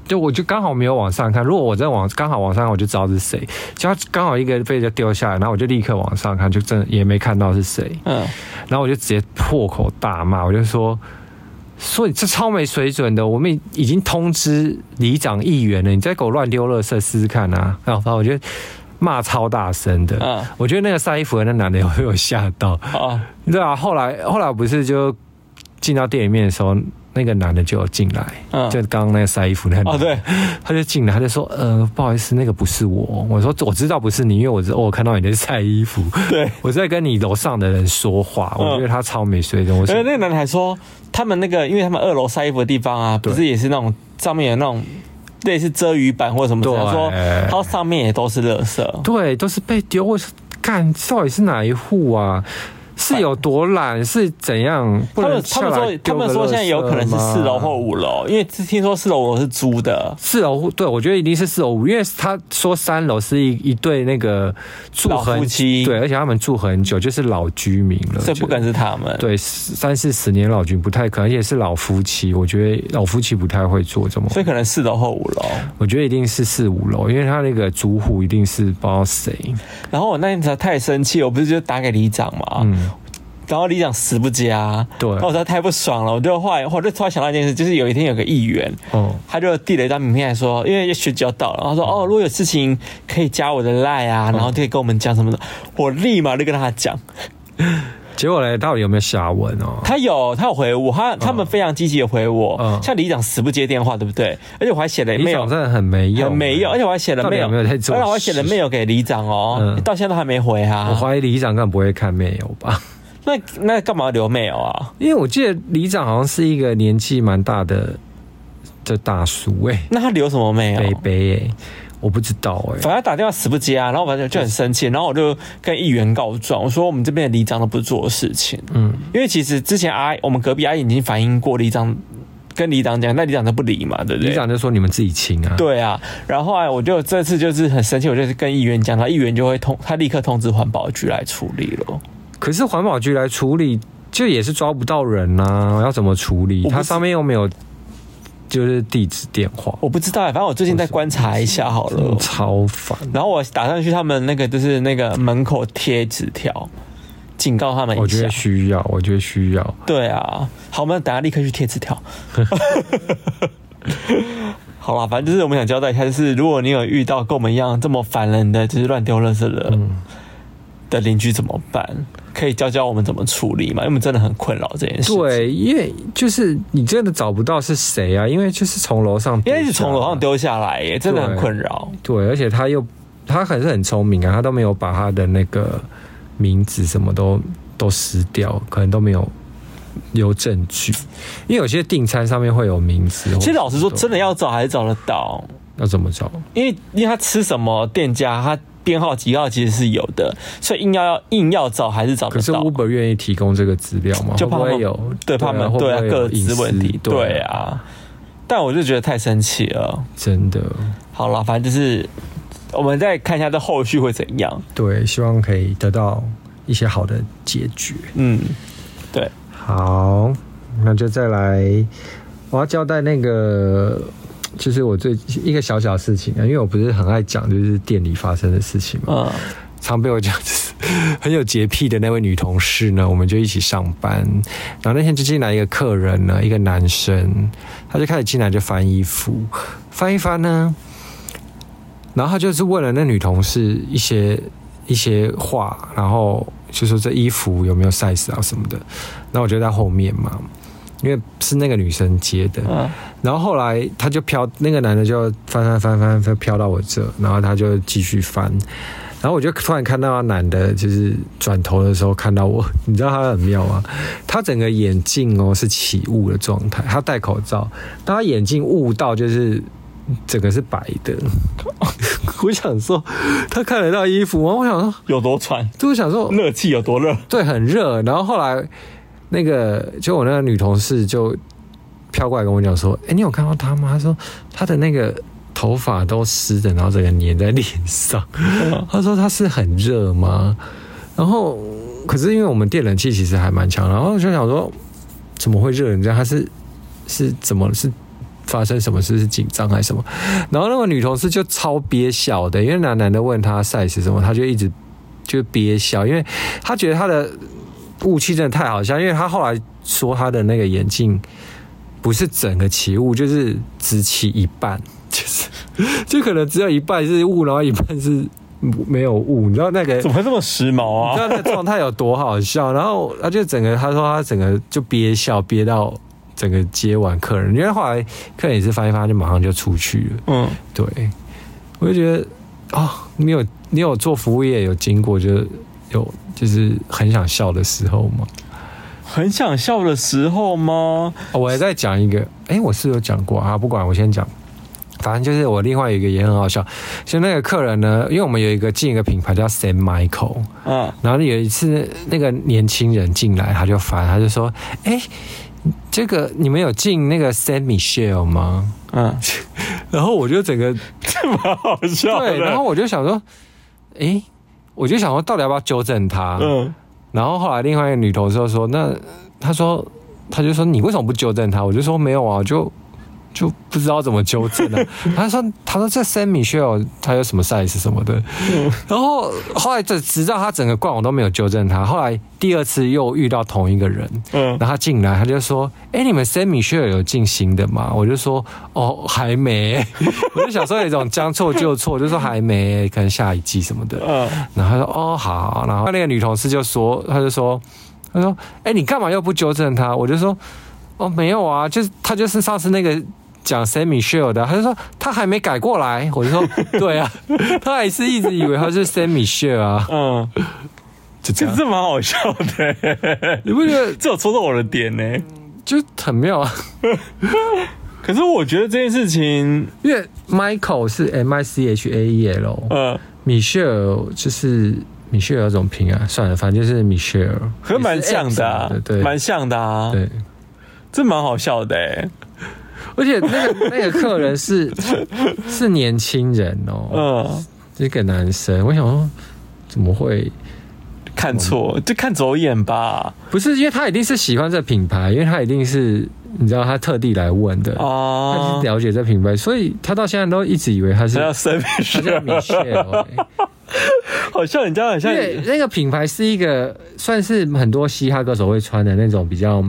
[SPEAKER 1] 就我就刚好没有往上看，如果我在往刚好往上看，我就知道是谁。就他刚好一个杯子掉下来，然后我就立刻往上看，就真的也没看到是谁。
[SPEAKER 3] 嗯，
[SPEAKER 1] 然后我就直接破口大骂，我就说：“说你这超没水准的，我们已经通知里长议员了，你再给我乱丢垃圾试试看啊！”然后反正我就骂超大声的。
[SPEAKER 3] 嗯
[SPEAKER 1] 我觉得那个晒衣服的那男的有有吓到，
[SPEAKER 3] 啊，
[SPEAKER 1] 对啊。后来后来不是就进到店里面的时候，那个男的就有进来，
[SPEAKER 3] 嗯
[SPEAKER 1] 就刚刚那个晒衣服那个男的
[SPEAKER 3] 哦，对，
[SPEAKER 1] 他就进来，他就说：“呃，不好意思，那个不是我。”我说：“我知道不是你，因为我知我有看到你在晒衣服，
[SPEAKER 3] 对，
[SPEAKER 1] 我在跟你楼上的人说话。
[SPEAKER 3] 嗯
[SPEAKER 1] 我觉得他超没水准。我
[SPEAKER 3] 而
[SPEAKER 1] 说
[SPEAKER 3] 且那个男的还说，他们那个，因为他们二楼晒衣服的地方啊，不是也是那种上面有那种类似遮雨板或者什么之类的，他说
[SPEAKER 1] 对
[SPEAKER 3] 它上面也都是垃圾，
[SPEAKER 1] 对，都是被丢。我说干，到底是哪一户啊？是有多懒？是怎样？不
[SPEAKER 3] 他
[SPEAKER 1] 能
[SPEAKER 3] 们他
[SPEAKER 1] 下
[SPEAKER 3] 们
[SPEAKER 1] 来
[SPEAKER 3] 说他
[SPEAKER 1] 丢个
[SPEAKER 3] 们说现在有可能是
[SPEAKER 1] 垃圾吗
[SPEAKER 3] 四楼或五楼，因为听说四楼五楼是租的，
[SPEAKER 1] 四楼户，对我觉得一定是四楼户，因为他说三楼是一一对那个住
[SPEAKER 3] 老
[SPEAKER 1] 很
[SPEAKER 3] 夫妻
[SPEAKER 1] 对，而且他们住很久，就是老居民了，
[SPEAKER 3] 这不可能是他们。
[SPEAKER 1] 对，三四十年老君不太可能，而且是老夫妻，我觉得老夫妻不太会做这么。
[SPEAKER 3] 所以可能四楼或五楼。
[SPEAKER 1] 我觉得一定是四五楼，因为他那个主户一定是不知道谁。
[SPEAKER 3] 然后我那天才太生气，我不是就打给里长嘛，
[SPEAKER 1] 嗯，
[SPEAKER 3] 然后里长死不接，
[SPEAKER 1] 对
[SPEAKER 3] 然后我实在太不爽了，我就后来我就突然想到一件事，就是有一天有个议员，
[SPEAKER 1] 哦，
[SPEAKER 3] 他就递了一张名片，说因为学期要到了，然后说
[SPEAKER 1] 嗯
[SPEAKER 3] 哦，如果有事情可以加我的 line 啊，然后就可以跟我们讲什么的。我立马就跟他讲，
[SPEAKER 1] 结果嘞，到底有没有下文哦？
[SPEAKER 3] 他有他有回我，他他们非常积极的回我，
[SPEAKER 1] 嗯
[SPEAKER 3] 像里长死不接电话，对不对？而且我还写了
[SPEAKER 1] 里
[SPEAKER 3] mail，
[SPEAKER 1] 长真的很没用，
[SPEAKER 3] 很没有，而且我还写了
[SPEAKER 1] 到底
[SPEAKER 3] mail，
[SPEAKER 1] 有没有在做
[SPEAKER 3] 而且我还写了
[SPEAKER 1] 事
[SPEAKER 3] mail 给里长哦，
[SPEAKER 1] 嗯
[SPEAKER 3] 到现在都还没回
[SPEAKER 1] 我
[SPEAKER 3] 啊。
[SPEAKER 1] 怀疑里长根本不会看没有吧？
[SPEAKER 3] 那那干嘛留 mail 啊？
[SPEAKER 1] 因为我记得里长好像是一个年纪蛮大的的大叔哎、
[SPEAKER 3] 那他留什么 mail？
[SPEAKER 1] 北北哎，我不知道哎、
[SPEAKER 3] 反正他打电话死不接啊，然后我就就很生气，然后我就跟议员告状，我说我们这边的里长都不做事情，
[SPEAKER 1] 嗯，
[SPEAKER 3] 因为其实之前阿我们隔壁阿姨已经反映过里长跟里长讲，那里长都不理嘛，对不对？
[SPEAKER 1] 里长就说你们自己清啊。
[SPEAKER 3] 对啊，然后啊，我就这次就是很生气，我就是跟议员讲，他议员就会通，他立刻通知环保局来处理了。
[SPEAKER 1] 可是环保局来处理，就也是抓不到人呐、要怎么处理
[SPEAKER 3] 我？不知
[SPEAKER 1] 它上面又没有就是地址电话，
[SPEAKER 3] 我不知道、反正我最近再观察一下好了
[SPEAKER 1] 嗯。超烦。
[SPEAKER 3] 然后我打算去他们那个就是那个门口贴纸条，警告他们
[SPEAKER 1] 我
[SPEAKER 3] 一
[SPEAKER 1] 觉
[SPEAKER 3] 下
[SPEAKER 1] 得。需要，我觉得需要。
[SPEAKER 3] 对啊，好，我们等下立刻去贴纸条。 好啦，反正就是我们想交代一下，就是如果你有遇到跟我们一样这么烦人的，就是乱丢垃圾的、
[SPEAKER 1] 嗯
[SPEAKER 3] 的邻居怎么办？可以教教我们怎么处理嘛？因为我们真的很困扰这件事情。，
[SPEAKER 1] 对，因为就是你真的找不到是谁啊，因为就是从楼上，
[SPEAKER 3] 因为一直从楼上。丢下来耶，真的很
[SPEAKER 1] 对
[SPEAKER 3] 困扰。
[SPEAKER 1] 对，而且他又他还是很聪明啊，他都没有把他的那个名字什么都都撕掉，可能都没有留证据，因为有些订餐上面会有名字。
[SPEAKER 3] 其实老实说，真
[SPEAKER 1] 的
[SPEAKER 3] 的要找还是找得到，
[SPEAKER 1] 要怎么找？
[SPEAKER 3] 因为因为他吃什么店家，他编号几号其实是有的，所以硬要要硬要找还是找
[SPEAKER 1] 可
[SPEAKER 3] 不
[SPEAKER 1] 是
[SPEAKER 3] 到。
[SPEAKER 1] Uber 愿意提供这个资料吗？
[SPEAKER 3] 就
[SPEAKER 1] 会
[SPEAKER 3] 怕
[SPEAKER 1] 不
[SPEAKER 3] 他们
[SPEAKER 1] 会有
[SPEAKER 3] 对他们
[SPEAKER 1] 会不
[SPEAKER 3] 对啊
[SPEAKER 1] 会有
[SPEAKER 3] 各
[SPEAKER 1] 隐
[SPEAKER 3] 自
[SPEAKER 1] 私
[SPEAKER 3] 问题，对
[SPEAKER 1] 对，
[SPEAKER 3] 啊。但我就觉得太生气了。
[SPEAKER 1] 真的
[SPEAKER 3] 好了，反正就是我们再看一下这后续会怎样。
[SPEAKER 1] 对，希望可以得到一些好的结局。
[SPEAKER 3] 嗯，对，
[SPEAKER 1] 好，那就再来，我要交代那个，就是我最一个小小的事情啊，因为我不是很爱讲就是店里发生的事情嘛，
[SPEAKER 3] 嗯，
[SPEAKER 1] 常被我讲就是很有洁癖的那位女同事呢，我们就一起上班，然后那天就进来一个客人呢，一个男生，他就开始进来就翻衣服，翻一翻呢，然后他就是问了那女同事一些一些话，然后就说这衣服有没有 size 啊什么的，那我就在后面嘛，因为是那个女生接的，
[SPEAKER 3] 嗯
[SPEAKER 1] 然后后来他就飘，那个男的就翻翻翻翻翻飘到我这，然后他就继续翻，然后我就突然看到那男的，就是转头的时候看到我，你知道他很妙吗？他整个眼镜哦是起雾的状态，他戴口罩，但他眼镜雾到就是整个是白的。我想说，他看得到衣服吗？我想说，
[SPEAKER 3] 有多喘，
[SPEAKER 1] 就我想说，
[SPEAKER 3] 热气有 多热，
[SPEAKER 1] 对，很热。然后后来那个就我那个女同事就飘过来跟我讲说：“哎、你有看到她吗？”她说她的那个头发都湿的，然后整个粘在脸上。她说她是很热吗？然后可是因为我们电冷气其实还蛮强，然后我就想说怎么会热成这样？她是是怎么是？发生什么事是紧张还是什么？然后那个女同事就超憋笑的，因为男男的问她 size 什么，她就一直就憋笑，因为他觉得他的雾气真的太好笑，因为他后来说他的那个眼镜不是整个起雾，就是只起一半， 就是就可能只有一半是雾，然后一半是没有雾，你知道那个
[SPEAKER 3] 怎么会这么时髦
[SPEAKER 1] 你知道
[SPEAKER 3] 啊？
[SPEAKER 1] 那个状态有多好笑，然后他就整个他说他整个就憋笑憋到整个接完客人，因为后来客人也是翻一翻就马上就出去了，
[SPEAKER 3] 嗯，
[SPEAKER 1] 对，我就觉得啊、你有你有做服务业有经过就是有就是很想笑的时候吗？
[SPEAKER 3] 很想笑的时候吗？
[SPEAKER 1] 哦我也在讲一个，哎、我是有讲过啊，不管我先讲。反正就是我另外一个也很好笑，就那个客人呢，因为我们有一个进一个品牌叫 San Michael，
[SPEAKER 3] 嗯，
[SPEAKER 1] 然后有一次，那个年轻人进来，他就烦，他就说：“哎、这个你们有进那个 San Michel 吗
[SPEAKER 3] 嗯，？”
[SPEAKER 1] 然后我就整个
[SPEAKER 3] 这蛮好笑的。
[SPEAKER 1] 对，然后我就想说：“哎、我就想说到底要不要纠正他？”
[SPEAKER 3] 嗯，
[SPEAKER 1] 然后后来另外一个女同事就说：“那她说，她就说你为什么不纠正她？”我就说：“没有啊，就就不知道怎么纠正啊。” 她说：“她说这 San Michel 它有什么 size 什么的。然后后来这直到她整个逛我都没有纠正她。后来第二次又遇到同一个人，
[SPEAKER 3] 嗯
[SPEAKER 1] 然，后他进来，他就说：“哎、你们 San Michel 有进新的吗？”我就说：“哦，还没。” 我就想说有一种将错就错，我就说还没，可能下一季什么的。
[SPEAKER 3] 嗯，
[SPEAKER 1] 然后他说哦好，然后那个女同事就说，她就说，她说，哎、你干嘛又不纠正他？我就说，哦没有啊，就是他就是上次那个讲 Sam Michelle 的，他就说他还没改过来，我就说 对啊，他还是一直以为他是 Sam Michelle 啊，
[SPEAKER 3] 嗯，
[SPEAKER 1] 就这
[SPEAKER 3] 这
[SPEAKER 1] 样，
[SPEAKER 3] 这蛮好笑的，
[SPEAKER 1] 你不觉得
[SPEAKER 3] 这有戳到我的点呢。
[SPEAKER 1] 就很妙啊？
[SPEAKER 3] 可是我觉得这件事情，
[SPEAKER 1] 因为 Michael 是 M I C H A E L，
[SPEAKER 3] 呃，
[SPEAKER 1] 米歇尔就是米歇尔怎么拼啊？算了，反正就是米歇尔，
[SPEAKER 3] 可是蛮像的、啊
[SPEAKER 1] 也是 X 对，
[SPEAKER 3] 蛮像的啊，
[SPEAKER 1] 对。
[SPEAKER 3] 这蛮好笑的、欸，
[SPEAKER 1] 而且那个那个客人 是是年轻人哦，
[SPEAKER 3] 嗯，
[SPEAKER 1] 一个男生。我想说，怎么会？
[SPEAKER 3] 看
[SPEAKER 1] 嗯
[SPEAKER 3] 错就看走眼吧，
[SPEAKER 1] 不是，因为他一定是喜欢这品牌，因为他一定是你知道他特地来问的，他
[SPEAKER 3] 啊
[SPEAKER 1] 是，了解这品牌，所以他到现在都一直以为他 是
[SPEAKER 3] 还要生
[SPEAKER 1] 他叫米
[SPEAKER 3] 病，
[SPEAKER 1] 歇 尔、欸，
[SPEAKER 3] 好像人家很
[SPEAKER 1] 因
[SPEAKER 3] 像，
[SPEAKER 1] 为那个品牌是一个算是很多嘻哈歌手会穿的那种比较。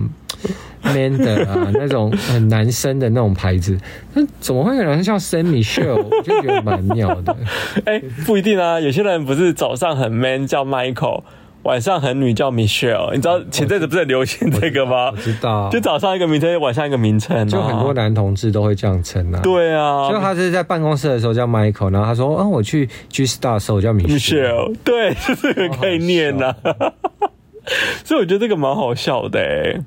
[SPEAKER 1] man 的啊，那种很男生的那种牌子，那怎么会有人叫 San Michel？我就觉得蛮妙的。
[SPEAKER 3] 哎、不一定啊，有些人不是早上很 man 叫 Michael，晚上很女叫 Michelle。你知道前阵子不是很流行这个吗
[SPEAKER 1] 哦我？知道，
[SPEAKER 3] 就
[SPEAKER 1] 就
[SPEAKER 3] 早上一个名称，晚上一个名称、啊，
[SPEAKER 1] 很多男同志都会这样称啊。。
[SPEAKER 3] 对啊，
[SPEAKER 1] 就他是在办公室的时候叫 Michael，然后他说：“啊，我去 G Star 的时候我叫 Michelle。
[SPEAKER 3] Michelle，对，就是很可以念呐、啊。所以我觉得这个蛮好笑的、欸，”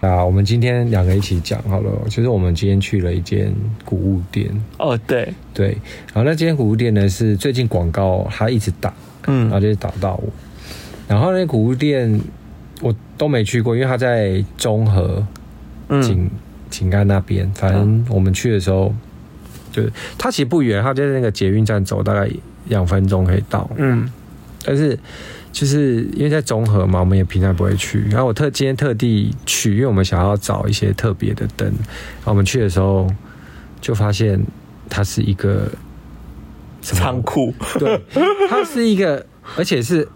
[SPEAKER 1] 啊，我们今天两个一起讲好了。就是我们今天去了一间古物店，
[SPEAKER 3] 哦，对，
[SPEAKER 1] 对，然后那间古物店呢是最近广告它一直打，然后
[SPEAKER 3] 嗯，
[SPEAKER 1] 就打到我。然后那古物店我都没去过，因为它在中和
[SPEAKER 3] 嗯，
[SPEAKER 1] 景景安那边，反正我们去的时候，就是它其实不远，它就在那个捷运站走大概两分钟可以到。
[SPEAKER 3] 嗯，
[SPEAKER 1] 但是就是因为在中和嘛，我们也平常不会去。然后我特今天特地去，因为我们想要找一些特别的灯。然后我们去的时候就发现它是一个什么
[SPEAKER 3] 仓，库，
[SPEAKER 1] 对，它是一个，而且是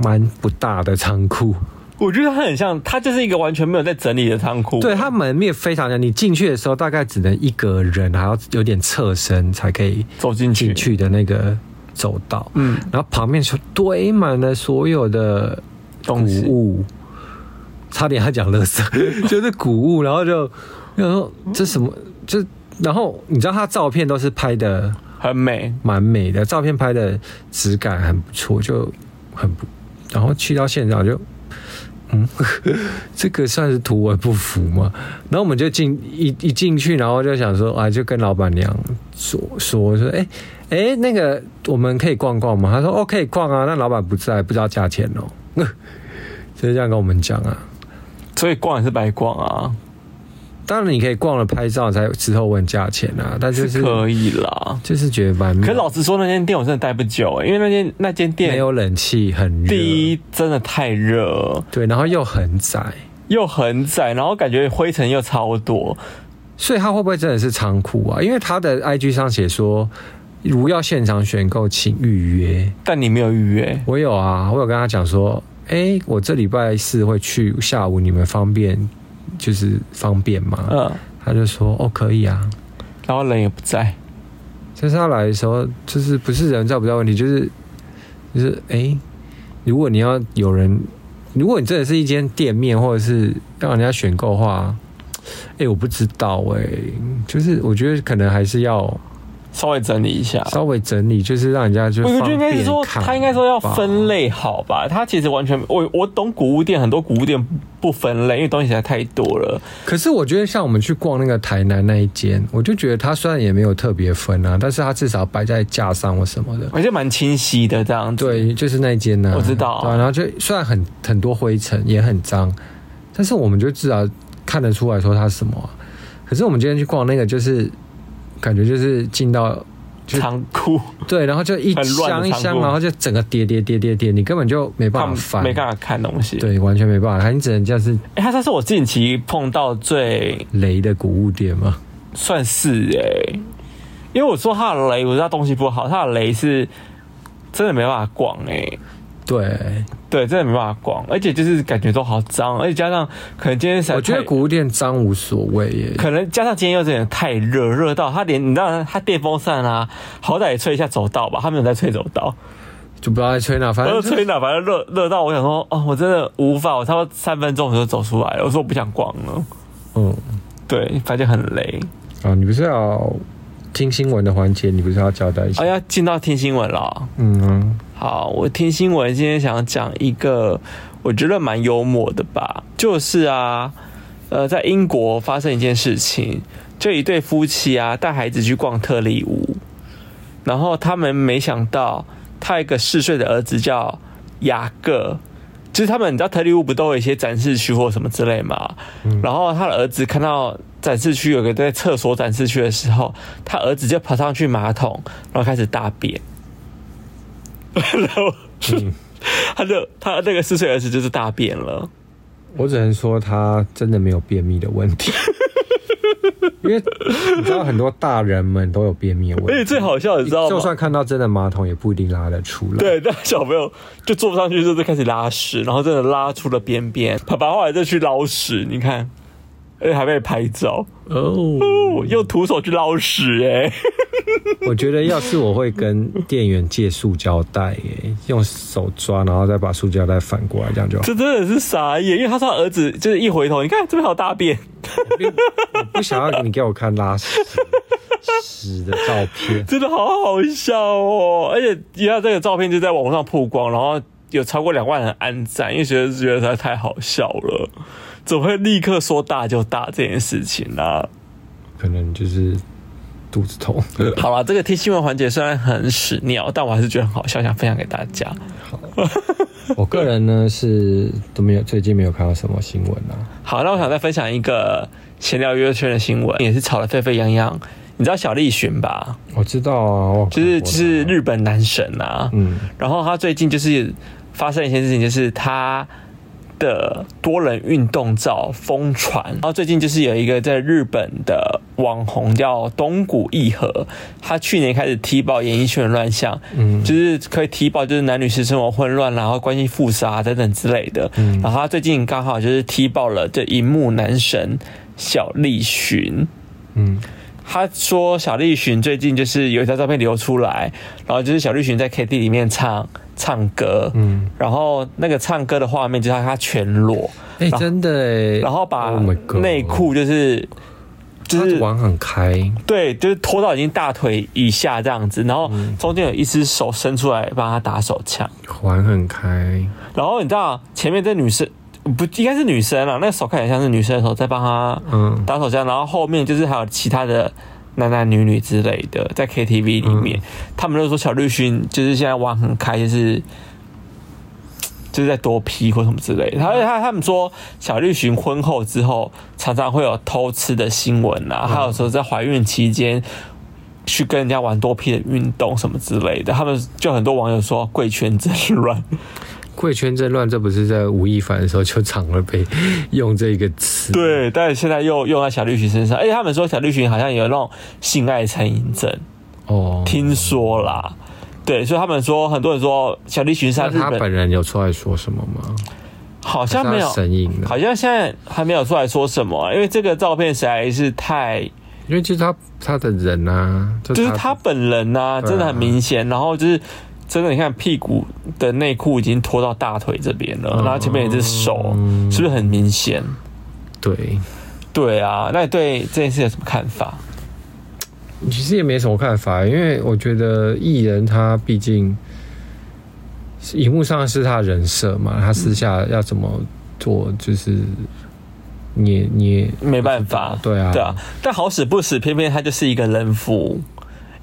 [SPEAKER 1] 蛮不大的仓库。
[SPEAKER 3] 我觉得它很像，它就是一个完全没有在整理的仓库，
[SPEAKER 1] 对，它门面非常的，你进去的时候大概只能一个人，还要有点侧身才可以
[SPEAKER 3] 走进去
[SPEAKER 1] 进，去的那个走道。
[SPEAKER 3] 嗯，
[SPEAKER 1] 然后旁边就堆满了所有的
[SPEAKER 3] 东西
[SPEAKER 1] 古物，差点要讲垃圾，就是古物，然后就然后这什么这，然后你知道他照片都是拍的
[SPEAKER 3] 很美，
[SPEAKER 1] 蛮美的，照片拍的质感很不错，就很不，然后去到现场就。嗯， 这个算是图文不符嘛？然后我们就进一一进去，然后就想说，啊，就跟老板娘说说说，哎哎，那个我们可以逛逛吗？他说哦，可以逛啊，那老板不在，不知道价钱哦， 就是这样跟我们讲啊。
[SPEAKER 3] 所以逛也是白逛啊，
[SPEAKER 1] 当然你可以逛了拍照才之后问价钱啊，但就是是
[SPEAKER 3] 可以啦。
[SPEAKER 1] 就是觉得蛮
[SPEAKER 3] 可是老实说，那间店我真的待不久、欸，因为那间那间
[SPEAKER 1] 没
[SPEAKER 3] 店
[SPEAKER 1] 有冷气，很热，
[SPEAKER 3] 第一真的太热了，
[SPEAKER 1] 对，然后又很窄。
[SPEAKER 3] 又很窄，然后感觉灰尘又超多，
[SPEAKER 1] 所以他会不会真的是仓库啊？因为他的 IG 上写说，如要现场选购，请预约。
[SPEAKER 3] 但你没有预约，
[SPEAKER 1] 我有啊，我有跟他讲说，哎、我这礼拜四会去，下午你们方便，就是方便吗？
[SPEAKER 3] 嗯，
[SPEAKER 1] 他就说，哦，可以啊。
[SPEAKER 3] 然后人也不在，
[SPEAKER 1] 但是他来的时候，就是不是人在不在问题，就是就是哎、诶如果你要有人，如果你真的是一间店面或者是让人家选购的话，哎、我不知道哎、就是我觉得可能还是要。
[SPEAKER 3] 稍微整理一下，
[SPEAKER 1] 稍微整理，就是让人家就
[SPEAKER 3] 我
[SPEAKER 1] 是
[SPEAKER 3] 觉得应该是说，他应该说要分类好吧？他其实完全，我我懂古物店，很多古物店不分类，因为东西实在太多了。
[SPEAKER 1] 可是我觉得像我们去逛那个台南那一间，我就觉得它虽然也没有特别分啊，但是它至少摆在架上或什么的。
[SPEAKER 3] 而且蛮清晰的这样子。，
[SPEAKER 1] 对，就是那一间呢、
[SPEAKER 3] 我知道
[SPEAKER 1] 对啊、然后就虽然很很多灰尘，也很脏，但是我们就至少看得出来说它是什么啊、可是我们今天去逛那个，就是感觉就是进到就
[SPEAKER 3] 仓库
[SPEAKER 1] 对，然后就一
[SPEAKER 3] 很乱
[SPEAKER 1] 箱
[SPEAKER 3] 的
[SPEAKER 1] 一
[SPEAKER 3] 仓
[SPEAKER 1] 箱，
[SPEAKER 3] 库
[SPEAKER 1] 然后就整个叠叠叠叠叠，你根本就没办法
[SPEAKER 3] 看
[SPEAKER 1] 翻，
[SPEAKER 3] 没办法看东西。，
[SPEAKER 1] 对，完全没办法，你只能这样是
[SPEAKER 3] 哎、它算是我近期碰到最
[SPEAKER 1] 雷的古物店吗？
[SPEAKER 3] 算是哎、因为我说它的雷，我知道东西不好，它的雷是真的没办法逛哎、
[SPEAKER 1] 对，
[SPEAKER 3] 对，真的没办法逛，而且就是感觉都好脏，而且加上可能今天
[SPEAKER 1] 我觉得
[SPEAKER 3] 古。
[SPEAKER 1] 古物店脏无所谓耶。
[SPEAKER 3] 可能加上今天又有点太热，热到他连你知道他电风扇啊，好歹也吹一下走道吧，他没有在吹走道，
[SPEAKER 1] 就不要再吹了，反
[SPEAKER 3] 然后
[SPEAKER 1] 正就
[SPEAKER 3] 吹哪，反正热热到我想说，哦，我真的无法，我差不多三分钟我就走出来了，我说我不想逛了，
[SPEAKER 1] 嗯
[SPEAKER 3] 对，反正很累。
[SPEAKER 1] 啊，你不是要听新闻的环节，你不是要交代一下？
[SPEAKER 3] 哎、要进到听新闻了，
[SPEAKER 1] 嗯啊，
[SPEAKER 3] 好，我听新闻今天想讲一个我觉得蛮幽默的吧，就是啊，呃，在英国发生一件事情，就一对夫妻啊带孩子去逛特利屋，然后他们没想到他有一个四岁的儿子叫雅各。就是他们，你知道特利屋不都有一些展示区或什么之类嘛？然后他的儿子看到展示区有个在厕所展示区的时候，他儿子就爬上去马桶，然后开始大便。然后、他就他那个四岁儿子就是大便了，
[SPEAKER 1] 我只能说他真的没有便秘的问 题，因为你知道很多大人们都有便秘的
[SPEAKER 3] 而且
[SPEAKER 1] 问题，
[SPEAKER 3] 最哎好笑的你知道
[SPEAKER 1] 就
[SPEAKER 3] 吗？
[SPEAKER 1] 算看到真的马桶也不一定拉得出来。，
[SPEAKER 3] 对，那小朋友就坐不上去，就是开始拉屎，然后真的拉出了便便。爸爸后来就去捞屎，你看而且还被拍照，
[SPEAKER 1] 哦，
[SPEAKER 3] 哦用徒手去捞屎哎、
[SPEAKER 1] 我觉得要是我会跟店员借塑胶袋，耶，用手抓，然后再把塑胶袋反过来，这样就好。
[SPEAKER 3] 这真的是傻眼，因为他说他儿子就是一回头，你看这边还有大便，
[SPEAKER 1] 我不想要你给我看拉屎屎的照片。
[SPEAKER 3] 真的好好笑哦！而且你看这个照片就在网络上曝光，然后有超过两万人按赞，因为学生觉得实在太好笑了，怎么会立刻说大就大这件事情呢、
[SPEAKER 1] 可能就是肚子 痛。
[SPEAKER 3] 好了，这个听新闻环节虽然很屎尿，但我还是觉得很好笑，想分享给大家。
[SPEAKER 1] 我个人呢是都没有，最近没有看到什么新闻啊。
[SPEAKER 3] 好，那我想再分享一个闲聊娱乐圈的新闻，也是吵得沸沸扬扬。你知道小栗旬吧？
[SPEAKER 1] 我知道啊，我有看
[SPEAKER 3] 就
[SPEAKER 1] 过
[SPEAKER 3] 是就
[SPEAKER 1] 啦
[SPEAKER 3] 是日本男神啊，
[SPEAKER 1] 嗯，
[SPEAKER 3] 然后他最近就是发生一件事情，就是他的多人运动照疯传。然后最近就是有一个在日本的网红叫东谷义和，他去年开始踢爆演艺圈的乱象，
[SPEAKER 1] 嗯
[SPEAKER 3] 就是可以踢爆就是男女私生活混乱，然后关系复杂等等之类的。然后他最近刚好就是踢爆了这荧幕男神小栗旬。
[SPEAKER 1] 嗯，
[SPEAKER 3] 他说小栗旬最近就是有一张照片流出来，然后就是小栗旬在 KT 里面唱唱歌，
[SPEAKER 1] 嗯
[SPEAKER 3] 嗯，然后那个唱歌的画面就是他他全裸，
[SPEAKER 1] 哎、真的哎。
[SPEAKER 3] 然后把
[SPEAKER 1] Oh my God
[SPEAKER 3] 内裤就是。就
[SPEAKER 1] 他
[SPEAKER 3] 是
[SPEAKER 1] 玩很开，
[SPEAKER 3] 对，就是拖到已经大腿以下这样子，然后
[SPEAKER 1] 嗯
[SPEAKER 3] 中间有一只手伸出来帮他打手枪，
[SPEAKER 1] 玩很开，
[SPEAKER 3] 然后你知道前面这女生不应该是女生啊啦，那个手看起来像是女生的手在帮她
[SPEAKER 1] 嗯
[SPEAKER 3] 打手枪，然后后面就是还有其他的男男女女之类的在 KTV 里面，他们就说小绿勋就是现在玩很开，就是就是在多批或什么之类的。他他他们说小绿勋婚后之后常常会有偷吃的新闻啊，还有说在怀孕期间。去跟人家玩多批的运动什么之类的，他们就很多网友说贵圈真乱，
[SPEAKER 1] 贵圈争乱，这不是在吴亦凡的时候就常了被用这个词。，
[SPEAKER 3] 对，但是现在又用在小绿群身上，而且他们说小绿群好像有那种性爱成瘾症，
[SPEAKER 1] 哦，
[SPEAKER 3] 听说啦。对，所以他们说，很多人说小栗旬是他
[SPEAKER 1] 那
[SPEAKER 3] 日
[SPEAKER 1] 他
[SPEAKER 3] 本，
[SPEAKER 1] 本人有出来说什么吗？
[SPEAKER 3] 好像没有，
[SPEAKER 1] 神隐了，
[SPEAKER 3] 好像现在还没有出来说什么、因为这个照片实在是太，
[SPEAKER 1] 因为就是他他的人啊，就
[SPEAKER 3] 就是他本人呐、
[SPEAKER 1] 对啊
[SPEAKER 3] 真的很明显。然后就是真的，你看屁股的内裤已经拖到大腿这边了，
[SPEAKER 1] 嗯
[SPEAKER 3] 然后前面有一只手，是不是很明显？
[SPEAKER 1] 对，
[SPEAKER 3] 对啊，那你对这件事有什么看法？
[SPEAKER 1] 其实也没什么看法，因为我觉得艺人他毕竟，荧幕上是他的人设嘛，他私下要怎么做，就是你也你也
[SPEAKER 3] 没办法，
[SPEAKER 1] 对啊
[SPEAKER 3] 对啊。但好死不死，偏偏他就是一个人夫，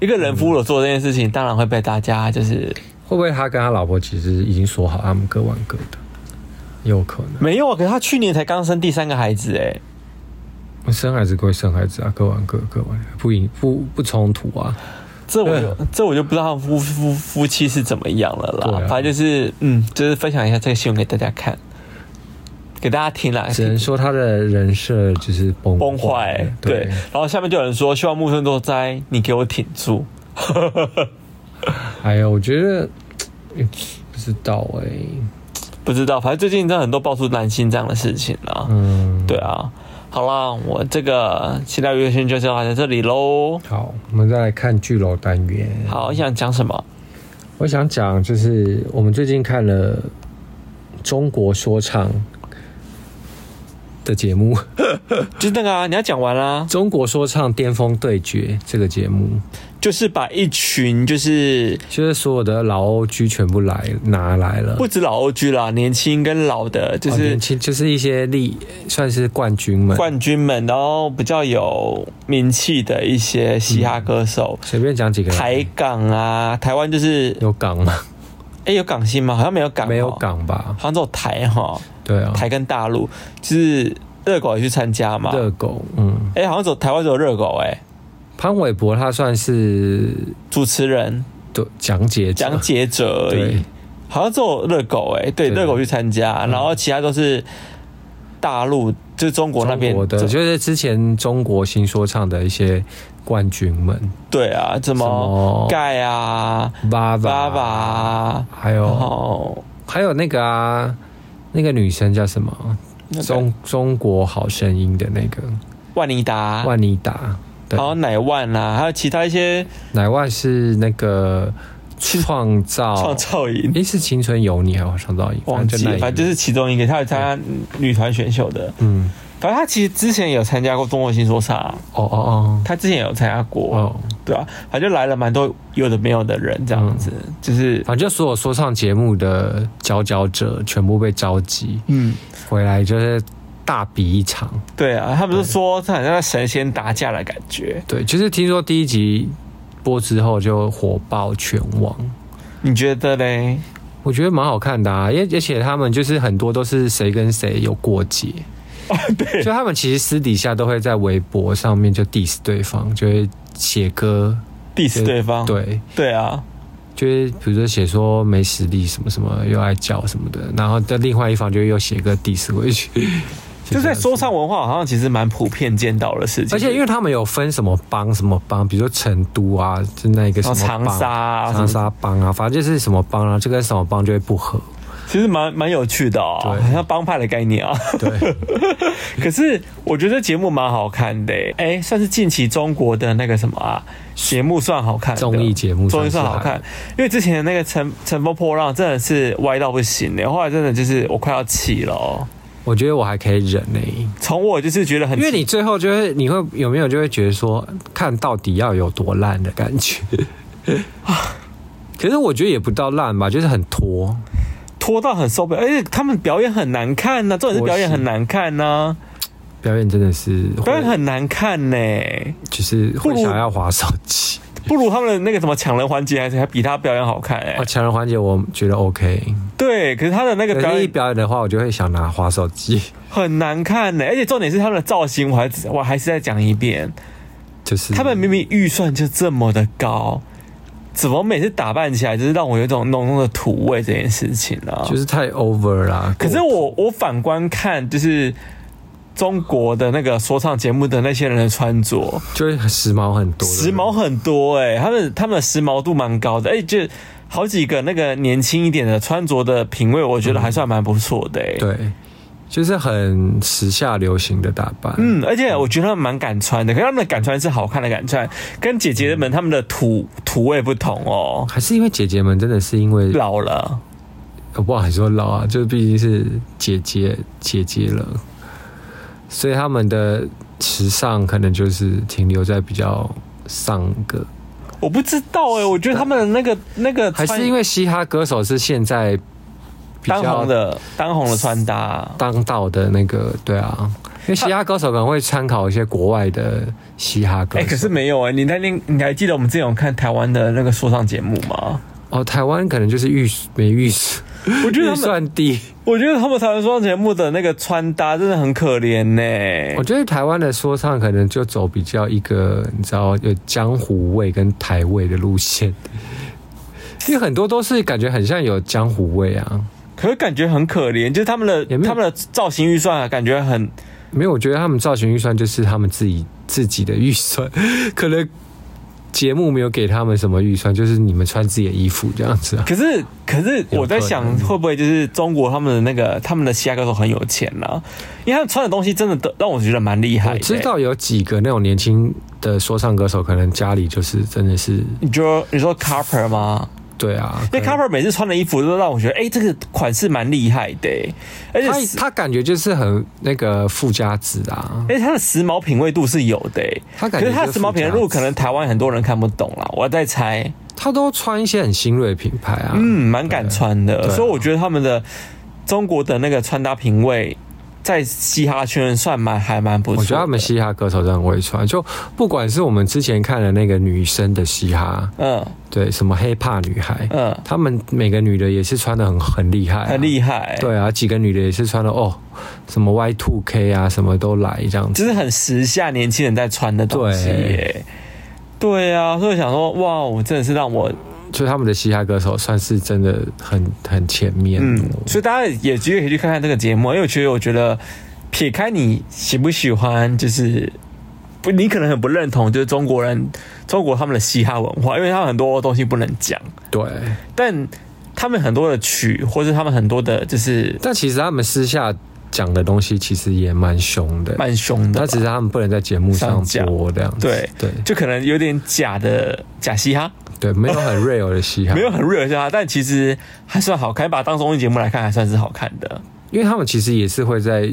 [SPEAKER 3] 一个人夫如果做这件事情，当然会被大家就是
[SPEAKER 1] 会不会他跟他老婆其实已经说好他们各玩各的，也有可能。
[SPEAKER 3] 没有啊。可是他去年才刚生第三个孩子、哎，
[SPEAKER 1] 生孩子归生孩子啊，各玩各各玩，不影不不冲突 啊。
[SPEAKER 3] 这我就
[SPEAKER 1] 对
[SPEAKER 3] 这我就不知道他们夫夫夫妻是怎么样了啦。
[SPEAKER 1] 对啊
[SPEAKER 3] 反正就是嗯，就是分享一下这个新闻给大家看，给大家听啦。
[SPEAKER 1] 只能说他的人设就是崩
[SPEAKER 3] 崩坏，对。然后下面就有人说，希望木村拓哉，你给我挺住。
[SPEAKER 1] 哎呀，我觉得嗯不知道哎、
[SPEAKER 3] 不知道，反正最近真的很多爆出男性这样的事情啦。
[SPEAKER 1] 嗯，
[SPEAKER 3] 对啊，好啦，我这个期待月线就先在这里喽。
[SPEAKER 1] 好，我们再来看巨楼单元。
[SPEAKER 3] 好，你想讲什么？
[SPEAKER 1] 我想讲就是我们最近看了中国说唱的节目， 《
[SPEAKER 3] 就是那个啊，你要讲完啦、
[SPEAKER 1] 中国说唱巅峰对决》这个节目，
[SPEAKER 3] 就是把一群就是
[SPEAKER 1] 就是所有的老 OG 全部来拿来了
[SPEAKER 3] 不。止老 OG 啦，年轻跟老的，就
[SPEAKER 1] 哦
[SPEAKER 3] 是
[SPEAKER 1] 年轻就是一些力算是冠军们，
[SPEAKER 3] 冠军们，然后比较有名气的一些嘻哈歌手，
[SPEAKER 1] 随便讲几个
[SPEAKER 3] 台港啊，台湾就是
[SPEAKER 1] 有港吗？
[SPEAKER 3] 哎有港星吗？好像没有港，哦
[SPEAKER 1] 没有，港吧？
[SPEAKER 3] 好像只有台哈，
[SPEAKER 1] 对啊，
[SPEAKER 3] 台跟大陆，就是热狗也去参加嘛。
[SPEAKER 1] 热狗，嗯，
[SPEAKER 3] 哎、好像只有台湾只有热狗哎、
[SPEAKER 1] 潘玮柏他算是
[SPEAKER 3] 主持人
[SPEAKER 1] 对讲解者
[SPEAKER 3] 讲解者而已
[SPEAKER 1] 对。
[SPEAKER 3] 好像只有热狗哎、对，
[SPEAKER 1] 对嗯
[SPEAKER 3] 热狗去参加，然后其他都是大陆，就是中国那边
[SPEAKER 1] 中国的，就是之前中国新说唱的一些冠军们，
[SPEAKER 3] 对啊，
[SPEAKER 1] 什
[SPEAKER 3] 怎么
[SPEAKER 1] 么
[SPEAKER 3] 盖啊、
[SPEAKER 1] 爸
[SPEAKER 3] 爸爸
[SPEAKER 1] 爸，
[SPEAKER 3] 啊，
[SPEAKER 1] 还
[SPEAKER 3] 然
[SPEAKER 1] 有
[SPEAKER 3] 后
[SPEAKER 1] 还有那个啊，那个女生叫什么？
[SPEAKER 3] 那个
[SPEAKER 1] 中中国好声音的那个
[SPEAKER 3] 万妮达，
[SPEAKER 1] 万妮达，对
[SPEAKER 3] 还，有乃万啦、还有其他一些
[SPEAKER 1] 乃万是那个创造，
[SPEAKER 3] 创造营，
[SPEAKER 1] 诶是青春有你还是创造营？
[SPEAKER 3] 忘记了，哦反正就是是其中一个，他有参加女团选秀的。
[SPEAKER 1] 嗯，
[SPEAKER 3] 反正他其实之前有参加过中国新说唱，
[SPEAKER 1] 哦哦
[SPEAKER 3] 他之前有参加
[SPEAKER 1] 哦
[SPEAKER 3] 过，
[SPEAKER 1] 哦，
[SPEAKER 3] 对啊，反正就来了蛮多有的没有的人这样子，就是
[SPEAKER 1] 反正所有说唱节目的佼佼者全部被召集
[SPEAKER 3] 嗯，
[SPEAKER 1] 回来，就是大比一场。
[SPEAKER 3] 对啊，他们就说他好像在神仙打架的感觉，
[SPEAKER 1] 对，就是听说第一集播之后就火爆全网，
[SPEAKER 3] 你觉得嘞？
[SPEAKER 1] 我觉得蛮好看的啊，因为而且他们就是很多都是谁跟谁有过节。
[SPEAKER 3] 哦
[SPEAKER 1] 对，就他们其实私底下都会在微博上面就 diss 对方，就会写歌，
[SPEAKER 3] diss 对方，
[SPEAKER 1] 对，
[SPEAKER 3] 对啊，
[SPEAKER 1] 就是比如说写说没实力什么什么，又爱叫什么的，然后在另外一方就又写个 diss 回去，
[SPEAKER 3] 就是在说
[SPEAKER 1] 说
[SPEAKER 3] 唱文化好像其实蛮普遍见到的事情，
[SPEAKER 1] 而且因为他们有分什么帮什么帮，比如说成都啊，就那一个什么
[SPEAKER 3] 然后哦长
[SPEAKER 1] 帮
[SPEAKER 3] 沙、啊，
[SPEAKER 1] 长
[SPEAKER 3] 什么，
[SPEAKER 1] 沙帮啊，反正就是什么帮啊，这跟什么帮就会不合。
[SPEAKER 3] 其实蛮蛮有趣的哦，
[SPEAKER 1] 对
[SPEAKER 3] 好像帮派的概念啊。
[SPEAKER 1] 对，
[SPEAKER 3] 可是我觉得这节目蛮好看的欸，哎、算是近期中国的那个什么啊，节目算好看的，
[SPEAKER 1] 综艺节目
[SPEAKER 3] 综艺
[SPEAKER 1] 算
[SPEAKER 3] 算
[SPEAKER 1] 是
[SPEAKER 3] 好
[SPEAKER 1] 还
[SPEAKER 3] 看，因为之前的那个乘乘风破浪真的是歪到不行的，后来真的就是我快要气了哦。
[SPEAKER 1] 我觉得我还可以忍呢、
[SPEAKER 3] 从我就是觉得很
[SPEAKER 1] 因为你最后就会，你会有没有就会觉得说，看到底要有多烂的感觉。 可是我觉得也不到烂吧，就是很拖。
[SPEAKER 3] 拖到很受不了，而且他们表演很难看呐、重点是表演很难看呐、
[SPEAKER 1] 表演真的是会，
[SPEAKER 3] 表演很难看呢、
[SPEAKER 1] 就是会
[SPEAKER 3] 不如
[SPEAKER 1] 想要划手机。
[SPEAKER 3] 不如他们的那个什么抢人环节还是还比他表演好看 哎、
[SPEAKER 1] 哦，强人环节我觉得 OK，
[SPEAKER 3] 对，可是他的那个
[SPEAKER 1] 可
[SPEAKER 3] 表
[SPEAKER 1] 是一
[SPEAKER 3] 演
[SPEAKER 1] 表演的话，我就会想拿划手机，
[SPEAKER 3] 很难看呢、而且重点是他们的造型，我还我还是再讲一遍，
[SPEAKER 1] 就是
[SPEAKER 3] 他们明明预算就这么的高，怎么每次打扮起来就是让我有一种浓浓的土味这件事情啊？
[SPEAKER 1] 就是太 over 啦。
[SPEAKER 3] 可是我我反观看，就是中国的那个说唱节目的那些人的穿着，
[SPEAKER 1] 就是很时髦很多，
[SPEAKER 3] 时髦很多哎、他们他们的时髦度蛮高的，哎、就好几个那个年轻一点的穿着的品味，我觉得还算蛮不错的哎、
[SPEAKER 1] 对，就是很时下流行的打扮。嗯，
[SPEAKER 3] 嗯，而且我觉得他们蛮敢穿的，可是他们的敢穿是好看的敢穿，跟姐姐们他们的土土味不同哦。
[SPEAKER 1] 还是因为姐姐们真的是因为
[SPEAKER 3] 老了，
[SPEAKER 1] 我不好说老啊，就是毕竟是姐姐姐姐了，所以他们的时尚可能就是停留在比较上个，
[SPEAKER 3] 我不知道哎、我觉得他们的那个那个
[SPEAKER 1] 还
[SPEAKER 3] 穿
[SPEAKER 1] 是因为嘻哈歌手是现在比
[SPEAKER 3] 当
[SPEAKER 1] 较
[SPEAKER 3] 红的当红的穿搭，
[SPEAKER 1] 当道的那个，对啊，因为嘻哈歌手可能会参考一些国外的嘻哈歌
[SPEAKER 3] 哎、
[SPEAKER 1] 手。
[SPEAKER 3] 可是没有哎、你那天你还记得我们之前有看台湾的那个说唱节目 吗？
[SPEAKER 1] 哦，台湾可能就是预没预算，
[SPEAKER 3] 我觉
[SPEAKER 1] 预
[SPEAKER 3] 得他们，
[SPEAKER 1] 算低。
[SPEAKER 3] 我觉得他们台湾说唱节目的那个穿搭真的很可怜欸呢、
[SPEAKER 1] 我觉得台湾的说唱可能就走比较一个你知道有江湖味跟台味的路线，因为很多都是感觉很像有江湖味啊。
[SPEAKER 3] 可是感觉很可怜，就是他们的
[SPEAKER 1] 也没有
[SPEAKER 3] 他们的造型预算啊，感觉很
[SPEAKER 1] 没有，我觉得他们造型预算就是他们自己自己的预算，可能节目没有给他们什么预算，就是你们穿自己的衣服这样子啊。
[SPEAKER 3] 可是，可是
[SPEAKER 1] 有
[SPEAKER 3] 我在想
[SPEAKER 1] 可，能
[SPEAKER 3] 会不会就是中国他们的那个他们的嘻哈歌手很有钱呢、因为他们穿的东西真的都让我觉得蛮厉害的、
[SPEAKER 1] 我知，道有几个那种年轻的说唱歌手，可能家里就是真的是
[SPEAKER 3] 你就你说 Carper 吗？
[SPEAKER 1] 对 啊，
[SPEAKER 3] 因为 Carper 每次穿的衣服都让我觉得，哎、这个款式蛮厉害的、而且
[SPEAKER 1] 他
[SPEAKER 3] 时，
[SPEAKER 1] 他感觉就是很那个附加值啊，
[SPEAKER 3] 而且他的时髦品味度是有的、
[SPEAKER 1] 他感
[SPEAKER 3] 可
[SPEAKER 1] 觉
[SPEAKER 3] 是他的时髦品味
[SPEAKER 1] 入
[SPEAKER 3] 度可能台湾很多人看不懂啦，我在猜，
[SPEAKER 1] 他都穿一些很新锐的品牌啊，
[SPEAKER 3] 嗯，蛮敢穿的，
[SPEAKER 1] 对啊
[SPEAKER 3] 所以我觉得他们的中国的那个穿搭品味。在嘻哈圈算蛮还蛮不错的，
[SPEAKER 1] 我觉得他们嘻哈歌手真的很会穿，就不管是我们之前看的那个女生的嘻哈，
[SPEAKER 3] 嗯
[SPEAKER 1] 对，什么黑怕女孩，
[SPEAKER 3] 嗯，
[SPEAKER 1] 她们每个女的也是穿的很很厉害、
[SPEAKER 3] 很厉害、
[SPEAKER 1] 害，对啊，几个女的也是穿的哦，什么 Y Two K 啊，什么都来这样子，
[SPEAKER 3] 就是很时下年轻人在穿的东西耶。对啊，所以我想说，哇，我真的是让我，
[SPEAKER 1] 所以他们的嘻哈歌手算是真的很很前面，
[SPEAKER 3] 嗯
[SPEAKER 1] 嗯，，
[SPEAKER 3] 所以大家也其实可以去看看这个节目，因为我觉得，我觉得撇开你喜不喜欢，就是不，你可能很不认同，就是中国人，中国他们的嘻哈文化，因为他们很多东西不能讲，
[SPEAKER 1] 对，
[SPEAKER 3] 但他们很多的曲，或是他们很多的，就是
[SPEAKER 1] 但其实他们私下讲的东西其实也蛮凶的，
[SPEAKER 3] 蛮凶
[SPEAKER 1] 那
[SPEAKER 3] 的吧，
[SPEAKER 1] 只是他们不能在节目上
[SPEAKER 3] 上架
[SPEAKER 1] 播这样子。
[SPEAKER 3] 对
[SPEAKER 1] 对
[SPEAKER 3] 就可能有点假的假嘻哈，
[SPEAKER 1] 对，没有很 real 的嘻哈，
[SPEAKER 3] 没有很 real 的嘻哈，但其实还算好看，把它当综艺节目来看还算是好看的。
[SPEAKER 1] 因为他们其实也是会在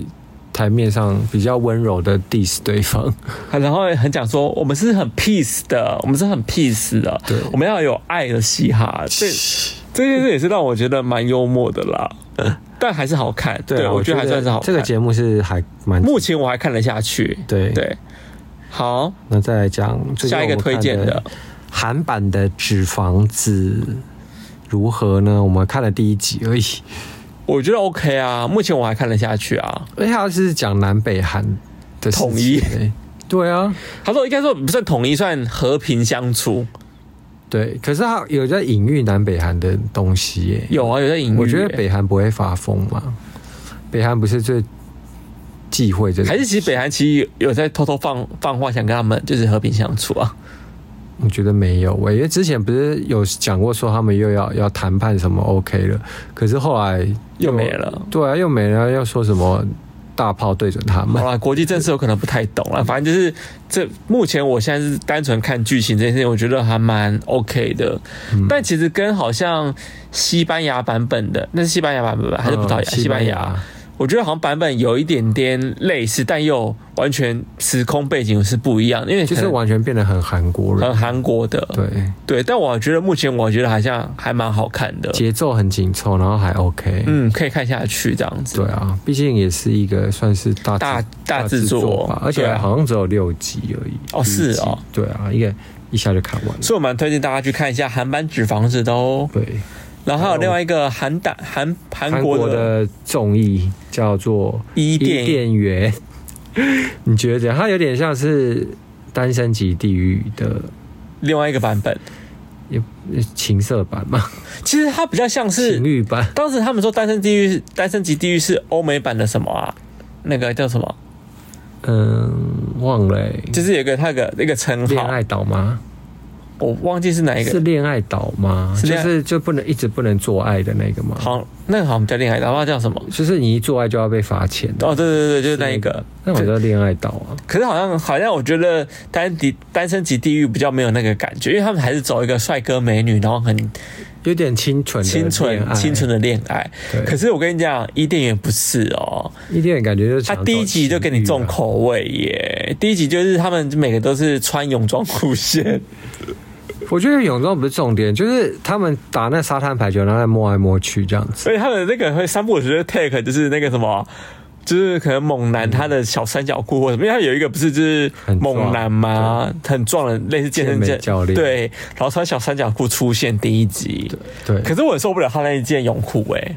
[SPEAKER 1] 台面上比较温柔的 diss 对方，
[SPEAKER 3] 然后很讲说，我们是很 peace 的，我们是很 peace 的，
[SPEAKER 1] 对
[SPEAKER 3] 我们要有爱的嘻哈。这这件事也是让我觉得蛮幽默的啦， 但还是好看。嗯
[SPEAKER 1] 啊
[SPEAKER 3] 对，啊我觉得还算是好看。
[SPEAKER 1] 这个节目是还蛮
[SPEAKER 3] 目前我还看得下去。
[SPEAKER 1] 对。
[SPEAKER 3] 对，好，
[SPEAKER 1] 那再来讲最近
[SPEAKER 3] 下一个
[SPEAKER 1] 我们看
[SPEAKER 3] 推荐的
[SPEAKER 1] 韩版的《纸房子》如何呢？我们看了第一集而已，
[SPEAKER 3] 我觉得 OK 啊，目前我还看得下去啊。
[SPEAKER 1] 而且它是讲南北韩的事情
[SPEAKER 3] 统一
[SPEAKER 1] 欸对啊，
[SPEAKER 3] 他说应该说不算统一，算和平相处。
[SPEAKER 1] 对，可是它有在隐喻南北韩的东西耶、
[SPEAKER 3] 有啊，有在隐喻。
[SPEAKER 1] 我觉得北韩不会发疯嘛，北韩不是最忌讳这个，
[SPEAKER 3] 还是其实北韩其实有在偷偷放放话，想跟他们就是和平相处啊。
[SPEAKER 1] 我觉得没有喂、因为之前不是有讲过说他们又要要谈判什么 OK 了，可是后来
[SPEAKER 3] 又没了
[SPEAKER 1] 对啊，又没了，要说什么大炮对准他们
[SPEAKER 3] 好，啦，国际政治我可能不太懂啦，反正就是这目前我现在是单纯看剧情这件事情，我觉得还蛮 OK 的。但其实跟好像西班牙版本的，那是西班牙版本吧还是葡萄牙？
[SPEAKER 1] 嗯
[SPEAKER 3] 西班牙，我觉得好像版本有一点点类似，但又完全时空背景是不一样的，因为
[SPEAKER 1] 就
[SPEAKER 3] 可
[SPEAKER 1] 是
[SPEAKER 3] 能
[SPEAKER 1] 完全变得很韩国人，
[SPEAKER 3] 很韩国的，
[SPEAKER 1] 对，
[SPEAKER 3] 对。但我觉得目前我觉得好像还蛮好看的，
[SPEAKER 1] 节奏很紧凑，然后还 OK，
[SPEAKER 3] 嗯，可以看下去这样子。
[SPEAKER 1] 对啊，毕竟也是一个算是大制
[SPEAKER 3] 大大啊制
[SPEAKER 1] 啊制
[SPEAKER 3] 作
[SPEAKER 1] 吧，而且
[SPEAKER 3] 对啊
[SPEAKER 1] 好像只有六集而已。
[SPEAKER 3] 哦
[SPEAKER 1] 第一
[SPEAKER 3] 是
[SPEAKER 1] 季
[SPEAKER 3] 哦，
[SPEAKER 1] 对啊，一个一下就看完了。
[SPEAKER 3] 所以我蛮推荐大家去看一下韩版《纸房子》的哦。
[SPEAKER 1] 对，
[SPEAKER 3] 然后还有另外一个韩党韩韩
[SPEAKER 1] 韩
[SPEAKER 3] 国
[SPEAKER 1] 国
[SPEAKER 3] 的
[SPEAKER 1] 的综艺叫做《
[SPEAKER 3] 伊
[SPEAKER 1] 伊
[SPEAKER 3] 甸
[SPEAKER 1] 甸园》， 你觉得怎样？它有点像是《单身级地狱》的
[SPEAKER 3] 另外一个版本，
[SPEAKER 1] 情色版嘛，
[SPEAKER 3] 其实它比较像
[SPEAKER 1] 情
[SPEAKER 3] 是
[SPEAKER 1] 欲版。
[SPEAKER 3] 当时他们说《单身地狱》《单身级地狱》是欧美版的什么啊？那个叫什么？
[SPEAKER 1] 嗯，忘了、欸，
[SPEAKER 3] 就是有一个它有个那个称
[SPEAKER 1] 恋
[SPEAKER 3] 号，
[SPEAKER 1] 爱岛吗？
[SPEAKER 3] 我忘记是哪一
[SPEAKER 1] 是
[SPEAKER 3] 个。
[SPEAKER 1] 恋爱岛吗？
[SPEAKER 3] 是
[SPEAKER 1] 就
[SPEAKER 3] 恋爱
[SPEAKER 1] 是就不能一直不能做爱的那个吗？
[SPEAKER 3] 好，那个好像叫恋爱岛，不知道叫什么。
[SPEAKER 1] 就是你一做爱就要被罚钱的。
[SPEAKER 3] 哦，对对对对，就是那一个。
[SPEAKER 1] 那我叫恋爱岛啊。
[SPEAKER 3] 可是好像好像我觉得单地单身级地狱比较没有那个感觉，因为他们还是走一个帅哥美女，然后很
[SPEAKER 1] 有点清纯的
[SPEAKER 3] 清
[SPEAKER 1] 恋
[SPEAKER 3] 纯
[SPEAKER 1] 爱
[SPEAKER 3] 清纯。的恋爱。
[SPEAKER 1] 对
[SPEAKER 3] 可是我跟你讲，伊甸园不是哦，
[SPEAKER 1] 伊甸园感觉就是
[SPEAKER 3] 他
[SPEAKER 1] 想要
[SPEAKER 3] 第一
[SPEAKER 1] 走
[SPEAKER 3] 集就给你重
[SPEAKER 1] 情欲啊，
[SPEAKER 3] 口味耶！第一集就是他们每个都是穿泳装出现，
[SPEAKER 1] 我觉得泳装不是重点，就是他们打那沙滩排球，然后再摸来摸去这样子。
[SPEAKER 3] 所以他们那个会三不五时的 take 就是那个什么。就是可能猛男他的小三角裤或什么，因为他有一个不是就是
[SPEAKER 1] 很壮
[SPEAKER 3] 猛男嘛，很壮的类似健身
[SPEAKER 1] 健美教练
[SPEAKER 3] 对，然后穿小三角裤出现第一集，
[SPEAKER 1] 对，
[SPEAKER 3] 可是我很受不了他那一件泳裤哎、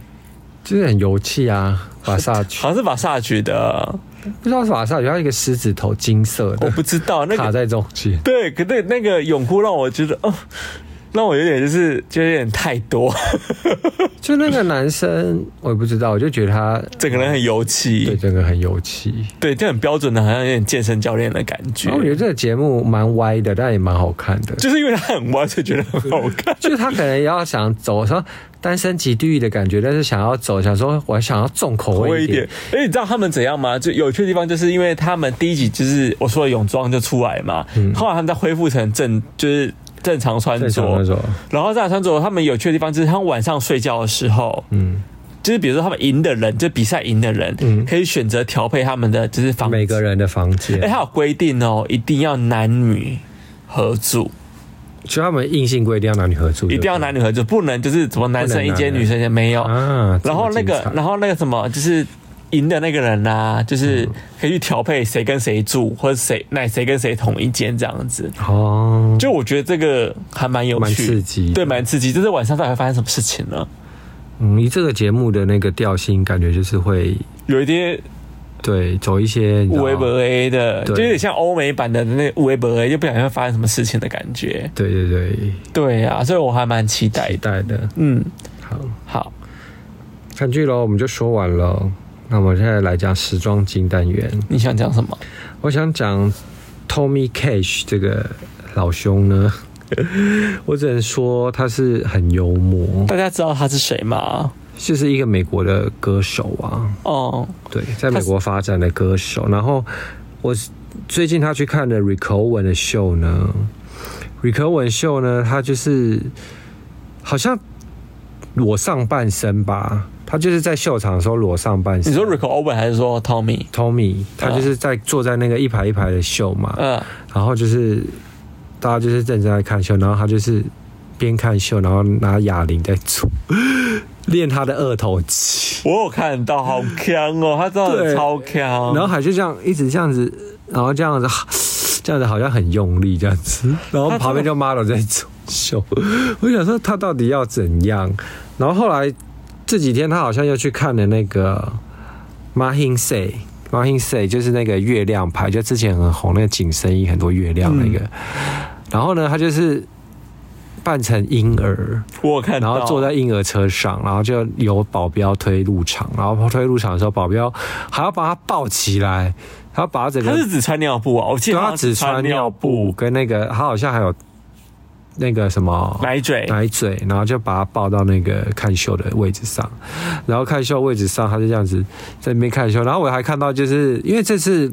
[SPEAKER 1] 就是很油气啊，法萨曲
[SPEAKER 3] 好，像是马萨觉的，
[SPEAKER 1] 不知道是法萨曲，它一个狮子头，金色
[SPEAKER 3] 我
[SPEAKER 1] 的，
[SPEAKER 3] 不知道那
[SPEAKER 1] 卡
[SPEAKER 3] 个
[SPEAKER 1] 在中间。
[SPEAKER 3] 对，可那那个泳裤让我觉得，哦，让我有点就是就有点太多，
[SPEAKER 1] 就那个男生，我也不知道，我就觉得他
[SPEAKER 3] 整个人很油气，
[SPEAKER 1] 对整个很油气。
[SPEAKER 3] 对，就很标准的，好像有点健身教练的感觉
[SPEAKER 1] 然后。我觉得这个节目蛮歪的，但也蛮好看的。
[SPEAKER 3] 就是因为他很歪，所以觉得很好 看。
[SPEAKER 1] 就是他可能也要想走说单身级地狱的感觉，但是想要走想说我想要重口
[SPEAKER 3] 多
[SPEAKER 1] 味
[SPEAKER 3] 一
[SPEAKER 1] 一点
[SPEAKER 3] 点，，因为你知道他们怎样吗？就有趣的地方，就是因为他们第一集就是我说的泳装就出来嘛，后来他们再恢复成正就是正常穿
[SPEAKER 1] 嗯正常那
[SPEAKER 3] 着，
[SPEAKER 1] 种，
[SPEAKER 3] 然后正常穿着，他们有趣的地方就是他们晚上睡觉的时候，
[SPEAKER 1] 嗯，
[SPEAKER 3] 就是比如说他们赢的人，就比赛赢的人，
[SPEAKER 1] 嗯
[SPEAKER 3] 可以选择调配他们的就是房
[SPEAKER 1] 每个人的房间
[SPEAKER 3] 哎、，他有规定哦，一定要男女合住，
[SPEAKER 1] 所以他们硬性规定要男女合住，
[SPEAKER 3] 一定要男
[SPEAKER 1] 女
[SPEAKER 3] 女合住，不能就是怎么男生一间，
[SPEAKER 1] 不能男的
[SPEAKER 3] 女生一间没有。
[SPEAKER 1] 啊。
[SPEAKER 3] 哦然后那个，然后那个什么，就是赢的那个人呐、就是可以去调配谁跟谁住，或者谁那谁跟谁同一间这样子。
[SPEAKER 1] 后哦，
[SPEAKER 3] 就我觉得这个还蛮有
[SPEAKER 1] 蛮
[SPEAKER 3] 趣，
[SPEAKER 1] 刺激的
[SPEAKER 3] 对，蛮刺激。就是晚上到底会发生什么事情呢？
[SPEAKER 1] 嗯，以这个节目的那个调性，感觉就是会
[SPEAKER 3] 有一些
[SPEAKER 1] 对走一些你知道
[SPEAKER 3] 无微不 A 的，就
[SPEAKER 1] 对
[SPEAKER 3] 有点像欧美版的那无微不 A，就不小心会发生什么事情的感觉。
[SPEAKER 1] 对对对，
[SPEAKER 3] 对啊，所以我还蛮期待
[SPEAKER 1] 期待
[SPEAKER 3] 的。
[SPEAKER 1] 的。
[SPEAKER 3] 嗯，
[SPEAKER 1] 好，
[SPEAKER 3] 好，
[SPEAKER 1] 看剧喽，我们就说完了。那我们现在来讲时装金单元，
[SPEAKER 3] 你想讲什么？
[SPEAKER 1] 我想讲 Tommy Cash 这个老兄呢， 我只能说他是很幽默，
[SPEAKER 3] 大家知道他是谁吗？
[SPEAKER 1] 就是一个美国的歌手啊，
[SPEAKER 3] 哦，
[SPEAKER 1] 对，在美国发展的歌手。然后我最近他去看的 Rick Owen 的秀呢，Rick Owen 秀呢，他就是好像裸上半身吧，他就是在秀场的时候裸上半身。
[SPEAKER 3] 你说啊 Rick Owen 还是说 Tommy？
[SPEAKER 1] Tommy，他就是在坐在那个一排一排的秀嘛，
[SPEAKER 3] 嗯，
[SPEAKER 1] 然后就是大家就是认真在看秀，然后他就是边看秀，然后拿哑铃在做练他的二头肌，
[SPEAKER 3] 我有看到，好强哦，他真
[SPEAKER 1] 对
[SPEAKER 3] 的超强。
[SPEAKER 1] 然后还就这样一直这样子，然后这样子，这样子好像很用力这样子，然后旁边就 model 在走秀，我想说他到底要怎样？然后后来这几天他好像又去看了那个 Mahin Say。Mahin Say 就是那个月亮牌，就之前很红那个紧身衣，很多月亮那个。然后呢，他就是扮成婴儿，
[SPEAKER 3] 我有看
[SPEAKER 1] 然
[SPEAKER 3] 到，
[SPEAKER 1] 后坐在婴儿车上，然后就有保镖推入场，然后推入场的时候，保镖还要把他抱起来，还要把他整
[SPEAKER 3] 他
[SPEAKER 1] 个
[SPEAKER 3] 是只穿尿布啊，我记
[SPEAKER 1] 对
[SPEAKER 3] 得
[SPEAKER 1] 他
[SPEAKER 3] 像
[SPEAKER 1] 只穿尿布，跟那个他好像还有那个什么
[SPEAKER 3] 奶嘴，
[SPEAKER 1] 奶嘴，然后就把他抱到那个看秀的位置上，然后看秀位置上他就这样子在那边看秀，然后我还看到就是因为这次。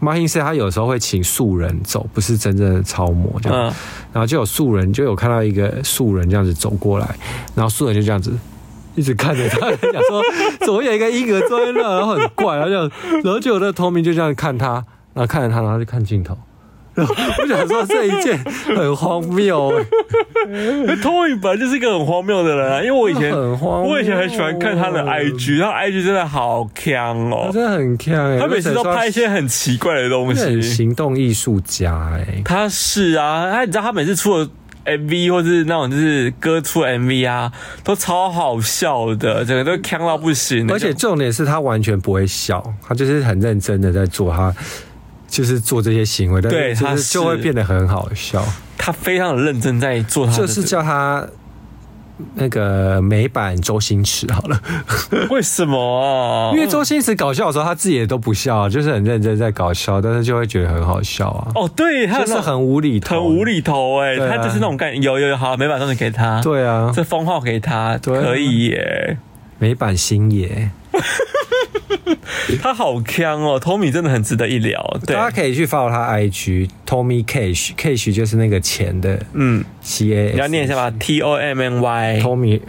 [SPEAKER 1] 马英斯他有时候会请素人走，不是真正的超模这样。
[SPEAKER 3] 嗯，
[SPEAKER 1] 然后就有素人，就有看到一个素人这样子走过来，然后素人就这样子。一直看着他，想说怎么有一个婴儿坐在那，然后很怪，然后就，然后就有那个同名就这样看他，然后看着他，然后就看镜头，然后我想说这一件很荒谬、欸，
[SPEAKER 3] 那 Tommy 本来就是一个很荒谬的人啊，因为我以前
[SPEAKER 1] 很荒谬
[SPEAKER 3] 我以前很喜欢看他的 IG，他 IG 真的好强
[SPEAKER 1] 他
[SPEAKER 3] 哦，
[SPEAKER 1] 真的很强哎、欸，
[SPEAKER 3] 他每次都拍一些很奇怪的东
[SPEAKER 1] 我只能说他是
[SPEAKER 3] 西。
[SPEAKER 1] 行动艺术家哎、
[SPEAKER 3] 他是啊，他你知道他每次出的 MV 或是那种就是歌出的 MV 啊，都超好笑的，整个都呛到不行。
[SPEAKER 1] 而且重点是他完全不会笑，他就是很认真的在做他。就是做这些行为，但
[SPEAKER 3] 对
[SPEAKER 1] 是就
[SPEAKER 3] 他
[SPEAKER 1] 是
[SPEAKER 3] 是
[SPEAKER 1] 就会变得很好笑。
[SPEAKER 3] 他非常认真在做他的，
[SPEAKER 1] 就是叫他那个美版周星驰好了，
[SPEAKER 3] 为什么啊？
[SPEAKER 1] 因为周星驰搞笑的时候，他自己也都不笑，啊就是很认真在搞笑，但是就会觉得很好笑啊，
[SPEAKER 3] 哦，对，他有
[SPEAKER 1] 就
[SPEAKER 3] 那
[SPEAKER 1] 是
[SPEAKER 3] 种
[SPEAKER 1] 很无厘头，
[SPEAKER 3] 很无，厘头哎、
[SPEAKER 1] 对啊
[SPEAKER 3] 他就是那种感，有有有，好，没把东西给他，
[SPEAKER 1] 对啊，
[SPEAKER 3] 这封号给他，
[SPEAKER 1] 对啊
[SPEAKER 3] 可以耶、
[SPEAKER 1] 美版星爷，
[SPEAKER 3] 他好强哦，Tommy 真的很值得一聊，对，
[SPEAKER 1] 大家可以去 follow 他 IG Tommy Cash，Cash 就是那个钱的，
[SPEAKER 3] 嗯，
[SPEAKER 1] C A，
[SPEAKER 3] 你要念一下吧，T O M N Y
[SPEAKER 1] ，Tommy，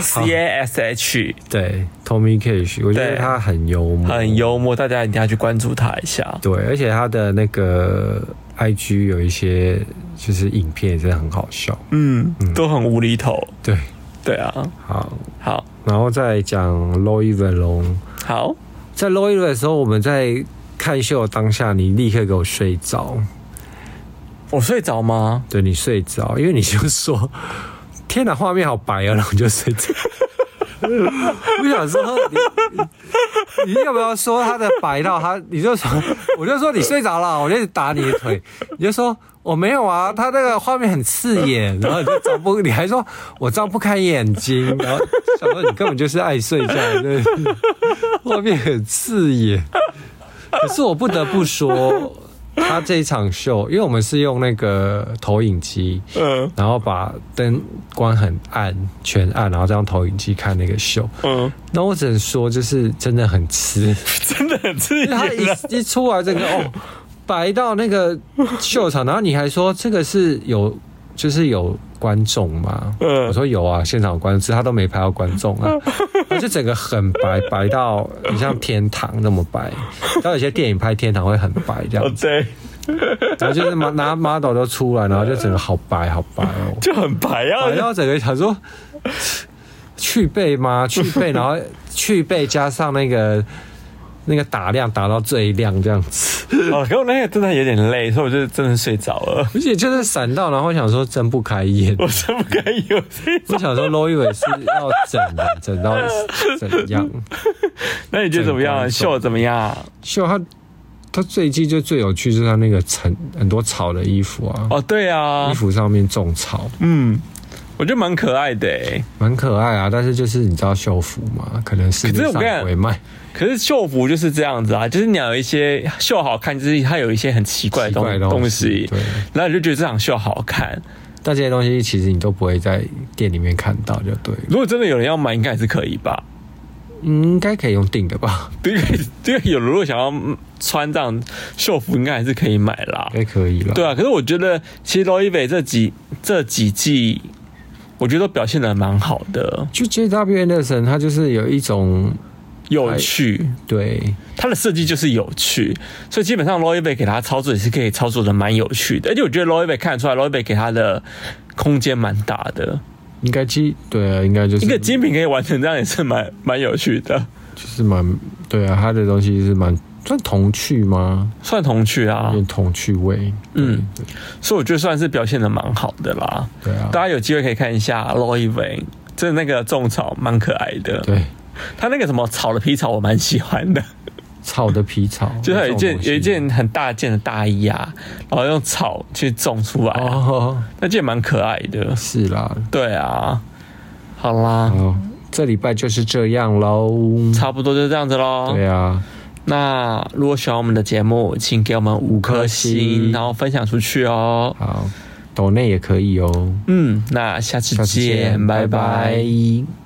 [SPEAKER 3] C A S H，
[SPEAKER 1] 对，Tommy Cash，我觉得
[SPEAKER 3] 对
[SPEAKER 1] 他很幽默，
[SPEAKER 3] 很幽默，大家一定要去关注他一下。
[SPEAKER 1] 对，而且他的那个 IG 有一些就是影片也真的很好笑，
[SPEAKER 3] 嗯，都很无厘头。
[SPEAKER 1] 对，
[SPEAKER 3] 对啊，
[SPEAKER 1] 好。
[SPEAKER 3] 好，
[SPEAKER 1] 然后再讲 Low Even 龙，
[SPEAKER 3] 好，
[SPEAKER 1] 在 Low Even 的时候，我们在看秀当下，你立刻给我睡着，
[SPEAKER 3] 我哦睡着吗？
[SPEAKER 1] 对你睡着，因为你就说：“天哪，画面好白哦！”然后你就睡着。 我想说你，你要不要说他的白到他？你就说，我就说你睡着了，我就打你的腿，你就说我没有啊，他那个画面很刺眼，然后你就张不，你还说我张不开眼睛，然后想说你根本就是爱睡觉，对，画面很刺眼。可是我不得不说， 他这一场秀，因为我们是用那个投影机，
[SPEAKER 3] 嗯
[SPEAKER 1] 然后把灯关很暗，全暗，然后再用投影机看那个秀。
[SPEAKER 3] 嗯，
[SPEAKER 1] 那我只能说，就是真的很吃，
[SPEAKER 3] 真的很刺
[SPEAKER 1] 因为他
[SPEAKER 3] 眼啊！
[SPEAKER 1] 一一 出来这个哦，白到那个秀场，然后你还说这个是有，就是有观众吗？
[SPEAKER 3] 嗯
[SPEAKER 1] 我说有啊，现场有观众，只是他都没拍到观众 啊，他就整个很白，白到你像天堂那么白，到有些电影拍天堂会很白这
[SPEAKER 3] 哦
[SPEAKER 1] 样，子，
[SPEAKER 3] 对，
[SPEAKER 1] 然后就是拿拿 model 都出来，然后就整个好白好白 哦。
[SPEAKER 3] 就很白
[SPEAKER 1] 然
[SPEAKER 3] 啊。
[SPEAKER 1] 后整个想说，去背吗？去背，然后去背加上那个那个打量打到最亮这样子，
[SPEAKER 3] 哦，可我那天真的有点累，所以我就真的睡着 了。
[SPEAKER 1] 而且就是闪到，然后想说睁不开 眼。
[SPEAKER 3] 我真不该 有这种。
[SPEAKER 1] 我想说 l 一 w 是要整人，整到 怎样？
[SPEAKER 3] 那你觉得怎么
[SPEAKER 1] 整
[SPEAKER 3] 样？
[SPEAKER 1] 观众
[SPEAKER 3] 秀怎么样？
[SPEAKER 1] 秀他他最近就最有趣就是他那个尘很多草的衣服啊，
[SPEAKER 3] 哦，对啊
[SPEAKER 1] 衣，服上面种草，
[SPEAKER 3] 嗯，我觉得蛮可爱的、欸。
[SPEAKER 1] 蛮可爱啊，但是就是你知道修复嘛，可能是
[SPEAKER 3] 可是我
[SPEAKER 1] 上
[SPEAKER 3] 跟你讲
[SPEAKER 1] 回卖
[SPEAKER 3] 可是秀服就是这样子啊，就是你要有一些秀好看，就是它有一些很奇怪的
[SPEAKER 1] 奇
[SPEAKER 3] 东
[SPEAKER 1] 怪的
[SPEAKER 3] 东
[SPEAKER 1] 西，
[SPEAKER 3] 西，
[SPEAKER 1] 对。
[SPEAKER 3] 然后你就觉得这场秀好看。
[SPEAKER 1] 但这些东西其实你都不会在店里面看到，就对了。
[SPEAKER 3] 如果真的有人要买，应该还是可以吧？
[SPEAKER 1] 嗯，应该可以用订的吧？
[SPEAKER 3] 对，因为有人如果想要嗯穿这样秀服，应该还是可以买啦
[SPEAKER 1] 应。该可以了。
[SPEAKER 3] 对啊，可是我觉得其实 l o e v e 这几这几季，我觉得都表现的蛮好的，
[SPEAKER 1] 就 J.W. Anderson 他就是有一种
[SPEAKER 3] 有趣，
[SPEAKER 1] 对
[SPEAKER 3] 它的设计就是有趣，所以基本上 l o e v e 给他操作也是可以操作的蛮有趣的，而且我觉得 l o e v e 看得出来 l o e v e 给他的空间蛮大的，
[SPEAKER 1] 应该基对啊，应该就是
[SPEAKER 3] 一个精品可以完成这样也是蛮蛮有趣的，
[SPEAKER 1] 就是蛮对啊，他的东西是蛮算童趣吗？
[SPEAKER 3] 算童趣
[SPEAKER 1] 有
[SPEAKER 3] 啊，
[SPEAKER 1] 点童趣味。
[SPEAKER 3] 嗯，所以我觉得算是表现的蛮好的啦。
[SPEAKER 1] 对啊，
[SPEAKER 3] 大家有机会可以看一下 l o e v e 真的那个种草蛮可爱的，
[SPEAKER 1] 对
[SPEAKER 3] 他那个什么草的皮草我蛮喜欢的。
[SPEAKER 1] 草的皮草，
[SPEAKER 3] 就是有一
[SPEAKER 1] 这种
[SPEAKER 3] 件
[SPEAKER 1] 东西
[SPEAKER 3] 有一件很大件的大衣啊，然后用草去种出来、啊，
[SPEAKER 1] 哦，
[SPEAKER 3] 那件蛮可爱的。
[SPEAKER 1] 是啦，
[SPEAKER 3] 对啊，好啦，
[SPEAKER 1] 哦，这礼拜就是这样喽。
[SPEAKER 3] 差不多就这样子喽。
[SPEAKER 1] 对啊，
[SPEAKER 3] 那如果喜欢我们的节目，请给我们五颗
[SPEAKER 1] 五颗
[SPEAKER 3] 星，
[SPEAKER 1] 星
[SPEAKER 3] 然后分享出去哦。
[SPEAKER 1] 好，抖内也可以哦。
[SPEAKER 3] 嗯，那下次
[SPEAKER 1] 下
[SPEAKER 3] 见，
[SPEAKER 1] 次见，
[SPEAKER 3] 拜拜
[SPEAKER 1] 拜